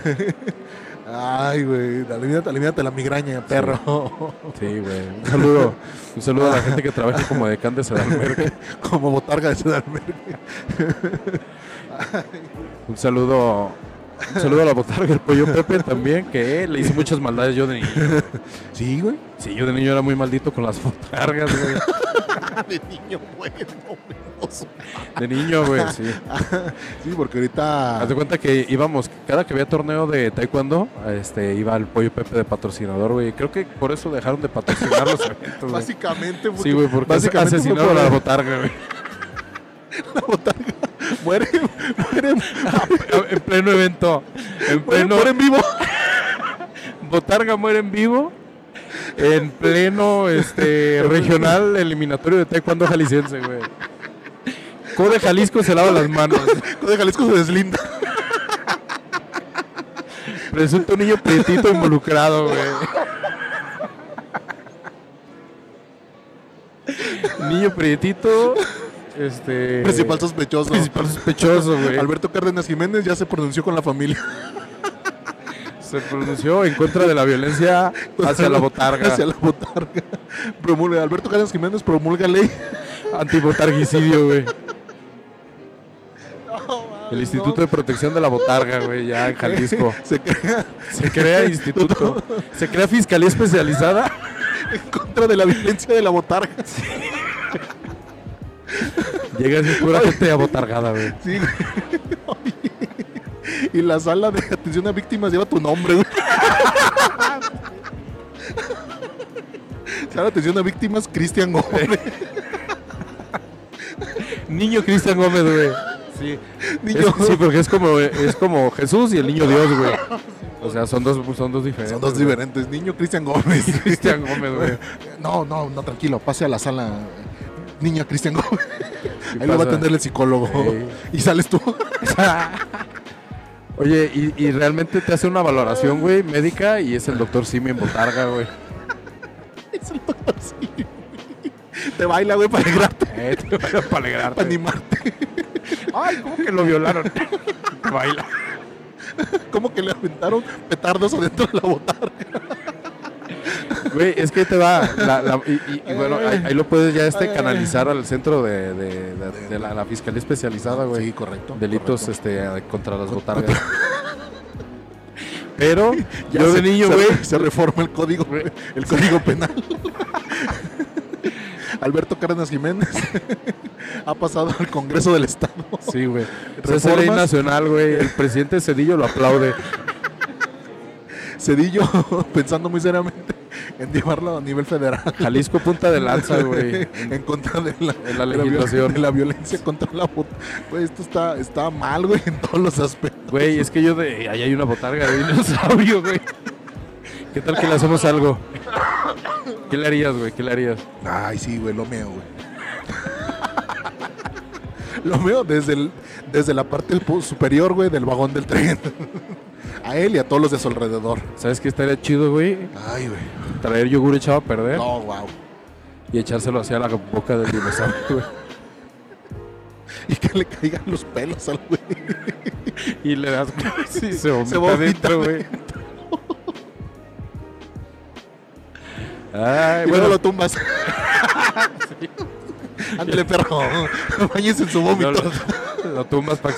S4: Ay, güey. Aliviate, aliviate la migraña, perro. [LAUGHS]
S3: Sí, güey. Un saludo. Un saludo a la gente que trabaja como decán de Sedalmer.
S4: Como botarga de sedarmer.
S3: Un saludo. Un saludo a la botarga del pollo Pepe también, que eh, le hice muchas maldades yo de niño.
S4: Sí, güey.
S3: Sí, yo de niño era muy maldito con las botargas, güey.
S4: [LAUGHS] De niño, güey. no, menos.
S3: De niño, güey, sí.
S4: [LAUGHS] Sí, porque ahorita.
S3: Haz de cuenta que íbamos, cada que había torneo de taekwondo, este, iba el pollo Pepe de patrocinador, güey. Creo que por eso dejaron de patrocinar los eventos, güey.
S4: Básicamente, porque,
S3: Sí, güey, porque
S4: básicamente fue
S3: asesinaron
S4: por
S3: a la botarga, güey.
S4: [LAUGHS] la botarga. Muere, muere,
S3: [LAUGHS] en pleno evento. En
S4: muere,
S3: pleno,
S4: muere en vivo.
S3: Botarga muere en vivo. En pleno este regional eliminatorio de Taekwondo jalisciense, güey. Code Jalisco se lava las manos.
S4: De Jalisco se deslinda.
S3: Resulta un niño prietito involucrado, güey. Niño prietito. Este.
S4: Principal sospechoso.
S3: principal sospechoso, güey.
S4: Alberto Cárdenas Jiménez ya se pronunció con la familia.
S3: Se pronunció en contra de la violencia hacia
S4: [LAUGHS]
S3: la botarga.
S4: Hacia la botarga. Promulga- Alberto Cárdenas Jiménez promulga ley.
S3: Antibotargicidio, güey. El Instituto de Protección de la Botarga, güey, ya en Jalisco.
S4: [LAUGHS] Se crea
S3: Se
S4: [LAUGHS]
S3: crea instituto. Se crea fiscalía especializada.
S4: en contra de la violencia de
S3: [LAUGHS]
S4: la botarga.
S3: Llega así pura gente abotargada, güey.
S4: Sí, güey. Oye, Y la sala de atención a víctimas lleva tu nombre, güey. Sala de atención a víctimas, Cristian Gómez.
S3: [LAUGHS] Niño Cristian Gómez, güey. Sí.
S4: Niño.
S3: Es- sí, porque es como, es como Jesús y el niño Dios, güey. O sea, son dos, son dos diferentes.
S4: Son dos
S3: güey.
S4: diferentes. Niño Cristian Gómez.
S3: [LAUGHS] Cristian Gómez, güey.
S4: [LAUGHS] No, no, no, tranquilo. Pase a la sala. Niño Cristian Gómez. Ahí
S3: ¿Qué
S4: lo va a
S3: pasa?
S4: atender el psicólogo.
S3: Ey.
S4: [LAUGHS] Y sales tú.
S3: Oye, y, y realmente te hace una valoración, güey, médica y es el doctor Simi en Botarga, güey.
S4: Es el doctor Simi. Te baila, güey, para alegrarte,
S3: Eh, te baila [LAUGHS] para
S4: para
S3: alegrarte.
S4: animarte.
S3: Ay, ¿cómo que lo violaron?
S4: [LAUGHS]
S3: Te baila.
S4: Como que le aventaron petardos adentro de la botarga.
S3: Güey, es que te va. la- la- y, y- y bueno, ahí, ahí lo puedes ya este
S4: Ay.
S3: canalizar al centro de, de- de- de la, la fiscalía especializada, güey.
S4: Sí, correcto.
S3: Delitos
S4: correcto.
S3: este contra las
S4: [LAUGHS]
S3: botargas. Pero yo de
S4: se-
S3: niño,
S4: se-
S3: güey,
S4: Se, reforma el código, güey,
S3: [LAUGHS]
S4: el código penal. Alberto Cárdenas Jiménez. ha pasado al Congreso del Estado.
S3: Sí, güey. Es la ley
S4: Reformas.
S3: nacional, güey. El presidente Cedillo lo aplaude.
S4: Cedillo pensando muy seriamente en llevarlo a nivel federal.
S3: Jalisco punta de lanza,
S4: [LAUGHS]
S3: güey.
S4: en contra de la,
S3: En la
S4: de la viol-
S3: legislación.
S4: de la violencia contra la mujer. Güey, esto está, está mal, güey, en todos los aspectos.
S3: Güey, es que yo de. Ahí hay una botarga de dinosaurio, güey. ¿Qué tal que le hacemos algo? ¿Qué le harías, güey? ¿Qué le harías?
S4: Ay, sí, güey, lo meo, güey. [LAUGHS] lo meo desde, el, desde la parte del pu- superior, güey, del vagón del tren. [LAUGHS] a él y a todos los de su alrededor.
S3: ¿Sabes qué estaría chido, güey?
S4: Ay, güey.
S3: Traer yogur echado a perder
S4: No, wow.
S3: y echárselo hacia la boca del dinosaurio, güey.
S4: Y que le caigan los pelos al güey.
S3: Eh, Y le das. Sí, se vomita,
S4: Se vomita
S3: adentro, güey. Ay, bueno,
S4: Y luego
S3: [LAUGHS]
S4: lo tumbas. Ándale, perro. Bañes en su vómito.
S3: No, lo, lo tumbas para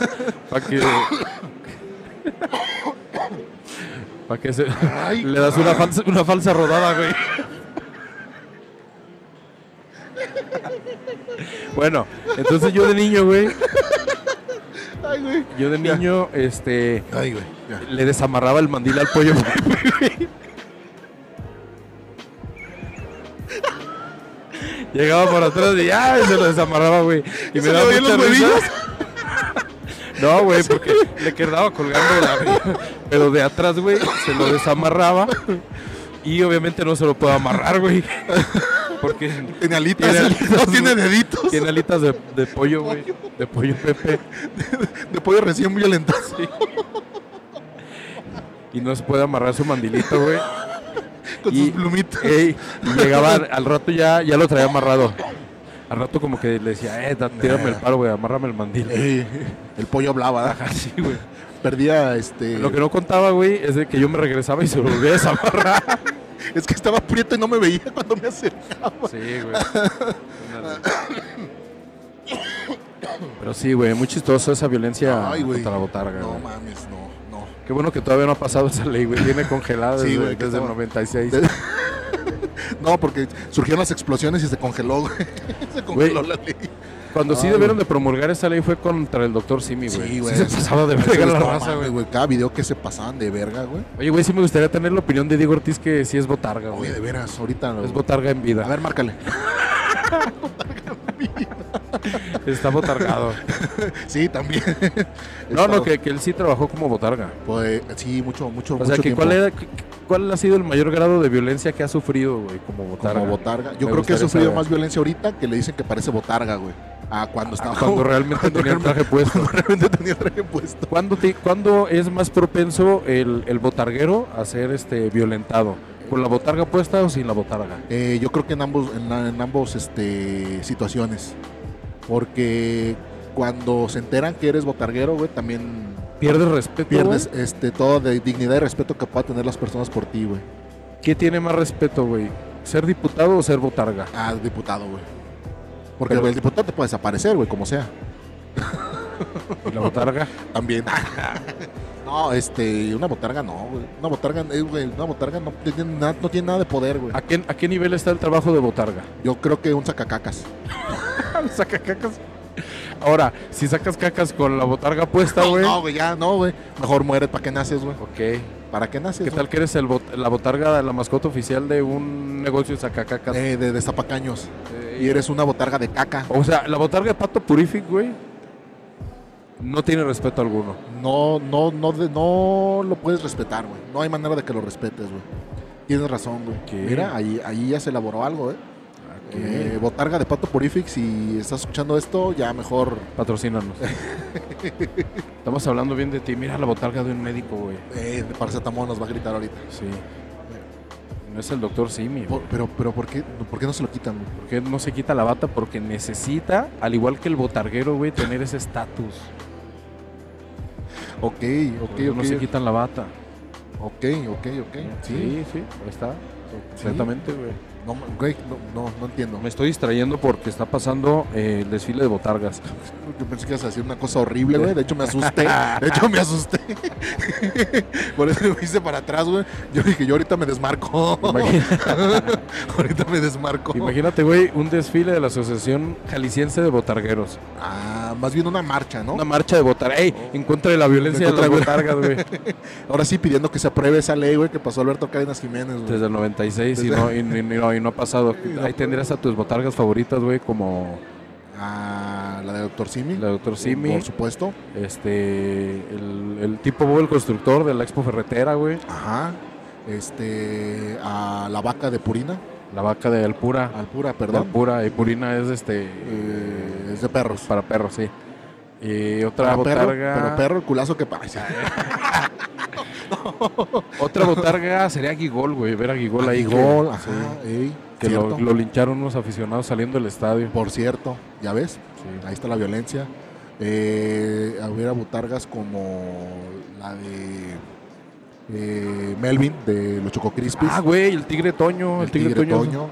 S3: que. Para que se.
S4: Ay.
S3: le das una falsa, una falsa rodada, güey. Bueno, entonces yo de niño, güey.
S4: Ay, güey.
S3: Yo de
S4: Ya.
S3: niño, este.
S4: Ay, güey. ya.
S3: Le desamarraba el mandil al pollo. Pepe, güey. Llegaba por atrás y ya se lo desamarraba, güey. Y
S4: ¿Se
S3: me
S4: le
S3: daba
S4: veían
S3: mucha
S4: los
S3: risa.
S4: huevillos?
S3: No,
S4: [LAUGHS]
S3: güey, porque le quedaba colgando de la Pero de atrás, güey, se lo desamarraba. Y obviamente no se lo puedo amarrar, güey. Porque
S4: Tiene alitas.
S3: Tiene alitas,
S4: no [LAUGHS] tiene deditos.
S3: tiene alitas de, de pollo, güey. De pollo Pepe.
S4: De pollo recién violentado.
S3: Y no se puede amarrar su mandilito, güey.
S4: Con
S3: Y-
S4: sus plumitas.
S3: Ey, y
S4: [LAUGHS]
S3: llegaba al, al rato ya, ya lo traía amarrado. Al rato como que le decía, eh, da- tírame el palo, güey, amárrame el mandil.
S4: Ey, el pollo hablaba.
S3: [LAUGHS]
S4: ¿da?
S3: Así, güey.
S4: Perdía este.
S3: Lo que no contaba, güey, es de que yo me regresaba y se lo volvía a
S4: [LAUGHS]
S3: desamarrar.
S4: Es que estaba prieto y no me veía cuando me acercaba.
S3: Sí, güey. Pero sí, güey, muy chistoso esa violencia
S4: Ay, güey.
S3: contra Ah, la botarga,
S4: No
S3: güey.
S4: mames, no, no.
S3: Qué bueno que todavía no ha pasado esa ley, güey. Viene congelada
S4: Sí,
S3: desde,
S4: güey, que
S3: desde el
S4: estaba-
S3: 96.
S4: de- No, porque surgieron las explosiones y se congeló, güey. [LAUGHS] Se congeló la ley.
S3: Cuando sí
S4: Ay,
S3: debieron de promulgar esa ley fue contra el doctor Simi, güey.
S4: Sí, güey.
S3: se pasaba de
S4: Pero
S3: verga la
S4: no
S3: raza,
S4: mames,
S3: güey.
S4: güey. Cada video que se pasaban de verga, güey.
S3: Oye, güey, sí me gustaría tener la opinión de Diego Ortiz que sí es botarga,
S4: Oye,
S3: güey.
S4: de veras, ahorita.
S3: Es botarga en
S4: A
S3: vida.
S4: ver,
S3: [LAUGHS]
S4: márcale. Ah,
S3: Está botargado.
S4: Sí, también.
S3: [LAUGHS] no,
S4: Estaba-
S3: no, que, que él sí trabajó como botarga.
S4: Pues, sí, mucho, mucho,
S3: O sea,
S4: mucho
S3: que
S4: tiempo.
S3: cuál, era, que- cuál ha sido el mayor grado de violencia que ha sufrido, güey, como
S4: Como
S3: botarga.
S4: botarga. Yo
S3: Me
S4: creo que ha
S3: gustaría
S4: sufrido
S3: saber.
S4: más violencia ahorita que le dicen que parece botarga, güey. Ah, cuando estaba. [LAUGHS]
S3: Cuando realmente
S4: cuando
S3: tenía el traje puesto.
S4: cuando realmente tenía el traje puesto.
S3: ¿Cuándo, te- cuándo es más propenso el, el botarguero a ser este violentado? ¿Con la botarga puesta o sin la botarga?
S4: Eh, yo creo que en ambos, en, en ambos este, situaciones. Porque cuando se enteran que eres botarguero, güey, también
S3: ¿Pierdes respeto?
S4: pierdes
S3: güey?
S4: este toda de dignidad y respeto que puedan tener las personas por ti, güey.
S3: ¿Qué tiene más respeto, güey? ¿Ser diputado o ser botarga?
S4: Ah, diputado, güey. Porque
S3: Pero-
S4: el diputado te puede desaparecer, güey, como sea.
S3: ¿Y la botarga?
S4: También. [LAUGHS] no, este, una botarga no, güey. Una botarga, eh, güey, una botarga no tiene, nada, no tiene nada de poder, güey.
S3: ¿A qué, ¿A qué nivel está el trabajo de botarga?
S4: Yo creo que un sacacacas.
S3: Saca cacas. Ahora, si sacas cacas con la botarga puesta, güey.
S4: No, güey, ya, no, güey. Mejor muere, ¿para qué naces, güey?
S3: Ok. ¿Qué
S4: ¿Para qué naces?
S3: tal que eres el bot- la botarga, la mascota oficial de un negocio de saca cacas?
S4: güey? Eh, de, de zapacaños.
S3: Eh,
S4: Y eres una botarga de caca.
S3: O sea, la botarga de Pato Purific, güey, no tiene respeto alguno.
S4: No, no, no, de- no lo puedes respetar, güey. No hay manera de que lo respetes, güey. Tienes razón, güey.
S3: Ok.
S4: Mira, ahí, ahí ya se elaboró algo, eh. Eh, botarga de Pato Purific, si estás escuchando esto, ya mejor [LAUGHS]
S3: Patrocínanos. Estamos hablando bien de ti. Mira la botarga de un médico, güey.
S4: eh, paracetamol nos va a gritar ahorita.
S3: Sí. No es el doctor Simi, güey.
S4: Por- pero, pero ¿por qué, ¿por qué no se lo quitan? güey?
S3: ¿Por qué no se quita la bata? Porque necesita, al igual que el botarguero, güey, tener ese estatus.
S4: Ok, ok,
S3: Porque
S4: ok.
S3: no se quitan la bata.
S4: Ok, ok, ok. Sí.
S3: Sí, sí, ahí está. Completamente, güey.
S4: No, güey, no, no, no entiendo.
S3: Me estoy distrayendo porque está pasando eh, el desfile de
S4: [LAUGHS]
S3: botargas.
S4: Yo pensé que ibas a decir una cosa horrible, güey. De hecho, me asusté. De hecho, me asusté. [LAUGHS] Por eso me hice para atrás, güey. Yo dije, yo ahorita me desmarco. [LAUGHS] ahorita me desmarco.
S3: Imagínate, güey, un desfile de la Asociación Jalisciense de Botargueros.
S4: Ah, más bien una marcha, ¿no? Oh.
S3: Una marcha de botargas. ¡Ey! En contra de la violencia
S4: En
S3: de las
S4: contra
S3: botargas, güey.
S4: Ahora sí pidiendo que se apruebe esa ley, güey, que pasó Alberto Cárdenas Jiménez,
S3: [LAUGHS]
S4: güey.
S3: Desde el 96 y,
S4: Desde-
S3: no, y, y- y no, y no ha pasado. Ahí tendrías a tus botargas favoritas, güey, como
S4: Ah, la de Doctor Simi.
S3: la doctor Simi,
S4: Por supuesto.
S3: este, el, el tipo Bob, el constructor de la Expo Ferretera, güey,
S4: Ajá. Este, a la vaca de Purina.
S3: la vaca de Alpura.
S4: Alpura,
S3: Perdón.
S4: perdón.
S3: Alpura y Purina es este...
S4: Eh, es de perros.
S3: Para perros, sí. Y otra
S4: Para perro,
S3: botarga...
S4: pero perro, el culazo que pasa.
S3: Otra botarga sería Gigol, güey, ver a Gigol ahí. que-
S4: Gol,
S3: sí,
S4: ajá, ey,
S3: Que lo,
S4: cierto.
S3: lo lincharon unos aficionados saliendo del estadio.
S4: Por cierto, ya ves, ahí está la violencia. Eh, hubiera botargas como la de eh, Melvin de los Choco Crispies,
S3: Ah, güey, el Tigre Toño. El,
S4: el Tigre,
S3: Toño.
S4: Toño,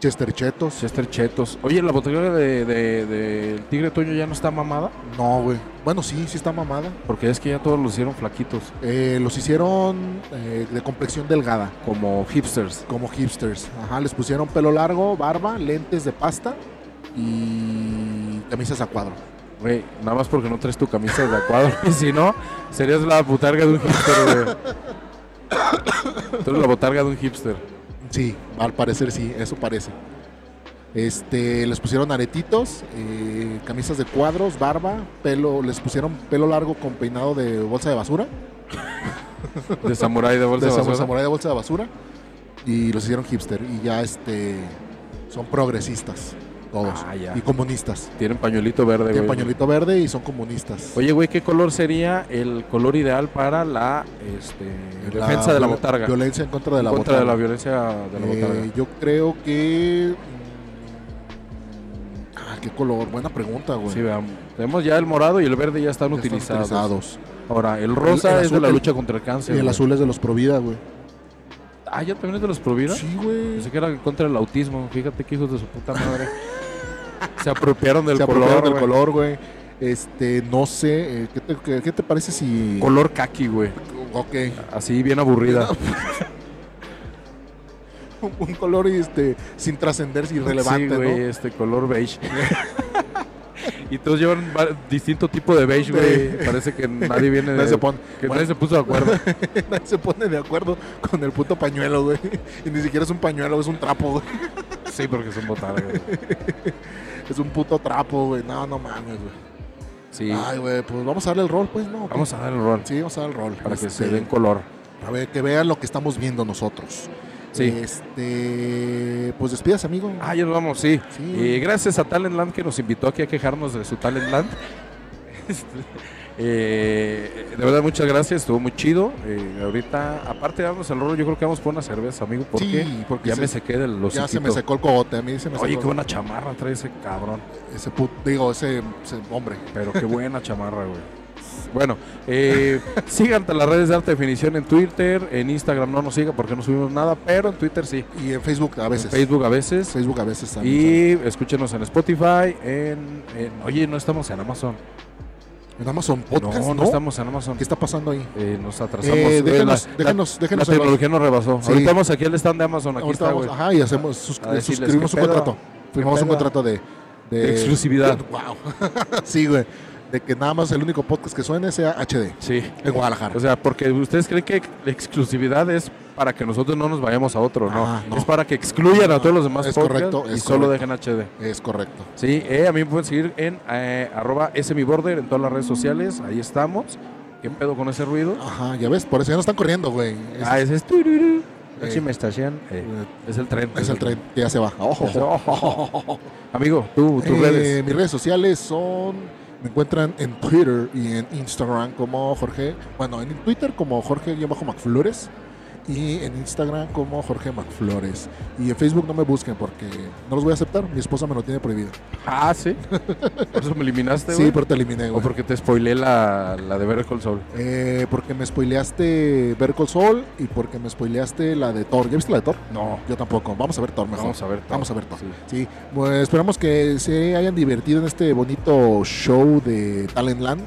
S4: Chester Chetos.
S3: Chester Chetos. Oye, la botarga de, de- de- el Tigre Toño ya no está mamada.
S4: No, güey. Bueno, sí, sí está mamada.
S3: Porque es que ya todos lo hicieron flaquitos.
S4: Eh, los hicieron eh, de complexión delgada,
S3: Como hipsters.
S4: como hipsters. Ajá, les pusieron pelo largo, barba, lentes de pasta y camisas a cuadro.
S3: Güey, nada más porque no traes tu camisa de cuadro. [LAUGHS] y si no, serías la botarga de un hipster, güey. Tú eres la botarga de un hipster.
S4: Sí, al parecer sí, eso parece. Este, les pusieron aretitos, eh, camisas de cuadros, barba, pelo, les pusieron pelo largo con peinado de bolsa de basura,
S3: De samurái de bolsa de
S4: de
S3: basura.
S4: samurái de bolsa de basura, y los hicieron hipster y ya este son progresistas todos
S3: Ah, ya.
S4: y comunistas.
S3: Tienen pañuelito verde,
S4: Tienen
S3: güey.
S4: pañuelito verde y son comunistas.
S3: Oye, güey, ¿qué color sería el color ideal para la este, defensa de la
S4: viol-
S3: botarga?
S4: Eh, Violencia en contra de la
S3: En contra de la
S4: botarga.
S3: violencia de la
S4: Eh,
S3: botarga.
S4: yo creo que mm, ah, qué color, buena pregunta, güey.
S3: Sí, veamos. Tenemos ya el morado y el verde ya están,
S4: Ya están
S3: utilizados.
S4: utilizados.
S3: Ahora, el rosa
S4: El- el
S3: es de
S4: azul,
S3: la
S4: el-
S3: lucha contra el cáncer.
S4: y el
S3: güey.
S4: azul es de los Provida, güey.
S3: Ah, ya también es de los Provida.
S4: Sí, güey.
S3: Pensé que era contra el autismo. Fíjate que hijos de su puta
S4: [LAUGHS]
S3: madre. Se apropiaron del
S4: Se
S3: color.
S4: apropiaron del
S3: güey.
S4: color, güey. Este, no sé, eh, ¿qué, te, qué- qué te parece si...?
S3: Color kaki, güey.
S4: ok.
S3: Así, bien aburrida.
S4: [LAUGHS] Un- Un color este, sin trascender, sin relevante,
S3: Sí, güey,
S4: ¿no?
S3: este color
S4: [LAUGHS]
S3: beige. y todos llevan va- distinto tipo de beige, güey.
S4: De-
S3: Parece que nadie
S4: [LAUGHS]
S3: viene de...
S4: Nadie se, pone,
S3: que
S4: bueno.
S3: nadie se puso de acuerdo.
S4: [LAUGHS] nadie se pone de acuerdo con el puto pañuelo, güey. Y ni siquiera es un pañuelo, es un trapo, güey.
S3: sí, porque son botargas. güey.
S4: Es un puto trapo, güey. No, no mames, güey.
S3: Sí.
S4: Ay, güey, pues vamos a darle el rol, pues, ¿no? ¿o qué?
S3: Vamos a dar el rol
S4: Sí, vamos a dar el rol.
S3: para que
S4: Este,
S3: se den color.
S4: A ver, que vean lo que estamos viendo nosotros.
S3: Sí.
S4: Este, pues despidas, amigo.
S3: Ah, ya nos vamos, sí.
S4: Sí.
S3: Eh, gracias a Talentland que nos invitó aquí a quejarnos de su Talentland. [LAUGHS] Este, eh, de verdad, muchas gracias, estuvo muy chido. Eh, ahorita, aparte de darnos el rol, yo creo que vamos por una cerveza, amigo, porque
S4: Sí, porque
S3: ya
S4: se-
S3: me sequé del los
S4: ya se me secó el cogote, a mí se me
S3: Oye,
S4: secó
S3: qué buena chamarra trae ese cabrón.
S4: ese put- digo, ese, ese hombre.
S3: Pero qué buena chamarra,
S4: [LAUGHS]
S3: güey. Bueno, eh, sigan a las redes de alta definición en Twitter, en Instagram no nos siga porque no subimos nada, pero en Twitter sí.
S4: Y en Facebook a veces.
S3: En Facebook a veces.
S4: Facebook a veces también.
S3: Y escúchenos en Spotify, en, en- Oye, no estamos en Amazon.
S4: En Amazon Podcast,
S3: no,
S4: ¿no?
S3: no estamos en Amazon.
S4: ¿Qué está pasando ahí?
S3: Eh, nos atrasamos.
S4: Eh,
S3: Eh,
S4: déjenos,
S3: la, la-
S4: déjenos,
S3: la
S4: déjenos. en los-
S3: tecnología nos rebasó.
S4: Sí.
S3: Ahorita vamos aquí al stand de Amazon. Aquí
S4: ahorita
S3: está,
S4: vamos-
S3: güey.
S4: ajá, y hacemos, sus-
S3: A decirles,
S4: suscribimos
S3: ¿qué
S4: un
S3: pedo?
S4: contrato. Firmamos un
S3: pedo?
S4: contrato de,
S3: De exclusividad.
S4: [LAUGHS] wow. sí, güey. De que nada más el único podcast que suene sea HD.
S3: Sí.
S4: En Guadalajara.
S3: O sea, porque ustedes creen que la exclusividad es para que nosotros no nos vayamos a otro, ¿no?
S4: Ajá, Ah, no.
S3: Es para que excluyan a todos los demás
S4: Es
S3: podcasts
S4: correcto, es
S3: y solo
S4: correcto.
S3: dejen HD.
S4: Es correcto.
S3: Sí, eh, a mí me pueden seguir en eh, arroba smiborder en todas las redes sociales. Ahí estamos. ¿Qué pedo con ese ruido?
S4: Ajá, ya ves, por eso ya no están corriendo, güey. Ah, Es,
S3: Ah, ese es... tururú.
S4: Eh.
S3: Sí, me estación. Eh,
S4: eh,
S3: es el tren.
S4: es el tren que ya se va. Ojo.
S3: Ese- oh, oh, oh, oh. [LAUGHS] Amigo, tú, tus
S4: Eh,
S3: redes.
S4: Mis redes sociales son. Me encuentran en Twitter y en Instagram como Jorge. Bueno, en Twitter como Jorge-McFlores. y en Instagram como Jorge Macflores. Y en Facebook no me busquen porque no los voy a aceptar. Mi esposa me lo tiene prohibido.
S3: Ah,
S4: [LAUGHS]
S3: sí. Por eso me eliminaste,
S4: Sí,
S3: güey.
S4: pero te eliminé,
S3: O
S4: güey.
S3: porque te spoilé la, la de Better Call Saul.
S4: Eh, porque me spoileaste Ver Call Saul y porque me spoileaste la de Thor. ¿Ya viste la de Thor?
S3: No.
S4: Yo tampoco. Vamos a ver Thor mejor.
S3: Vamos a ver. todo.
S4: Vamos a ver todo.
S3: Sí.
S4: Sí, pues esperamos que se hayan divertido en este bonito show de Talentland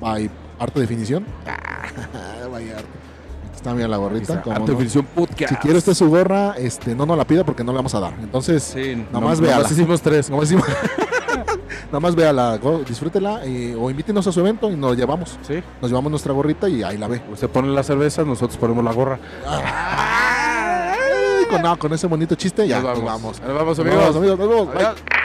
S4: by Arte Definición. [LAUGHS] by Arte. Están bien la gorrita.
S3: Ah. Está,
S4: cómo
S3: Arte
S4: no.
S3: Ficción Podcast.
S4: Si quiere usted su gorra, este, no nos la pida porque no la vamos a dar. Entonces,
S3: Sí,
S4: nomás
S3: no-
S4: véala.
S3: nomás hicimos tres.
S4: [LAUGHS] nomás decimos- nomás véala, go- disfrútela eh, o invítenos a su evento y nos llevamos.
S3: Sí.
S4: Nos llevamos nuestra gorrita y ahí la ve.
S3: Usted pone las cervezas, nosotros ponemos la gorra.
S4: Ay, Con, no, con ese bonito chiste, ya
S3: Nos
S4: nos vamos.
S3: Nos vamos,
S4: Nos
S3: amigos.
S4: vamos, amigos, nos vemos. Bye.
S3: Adiós.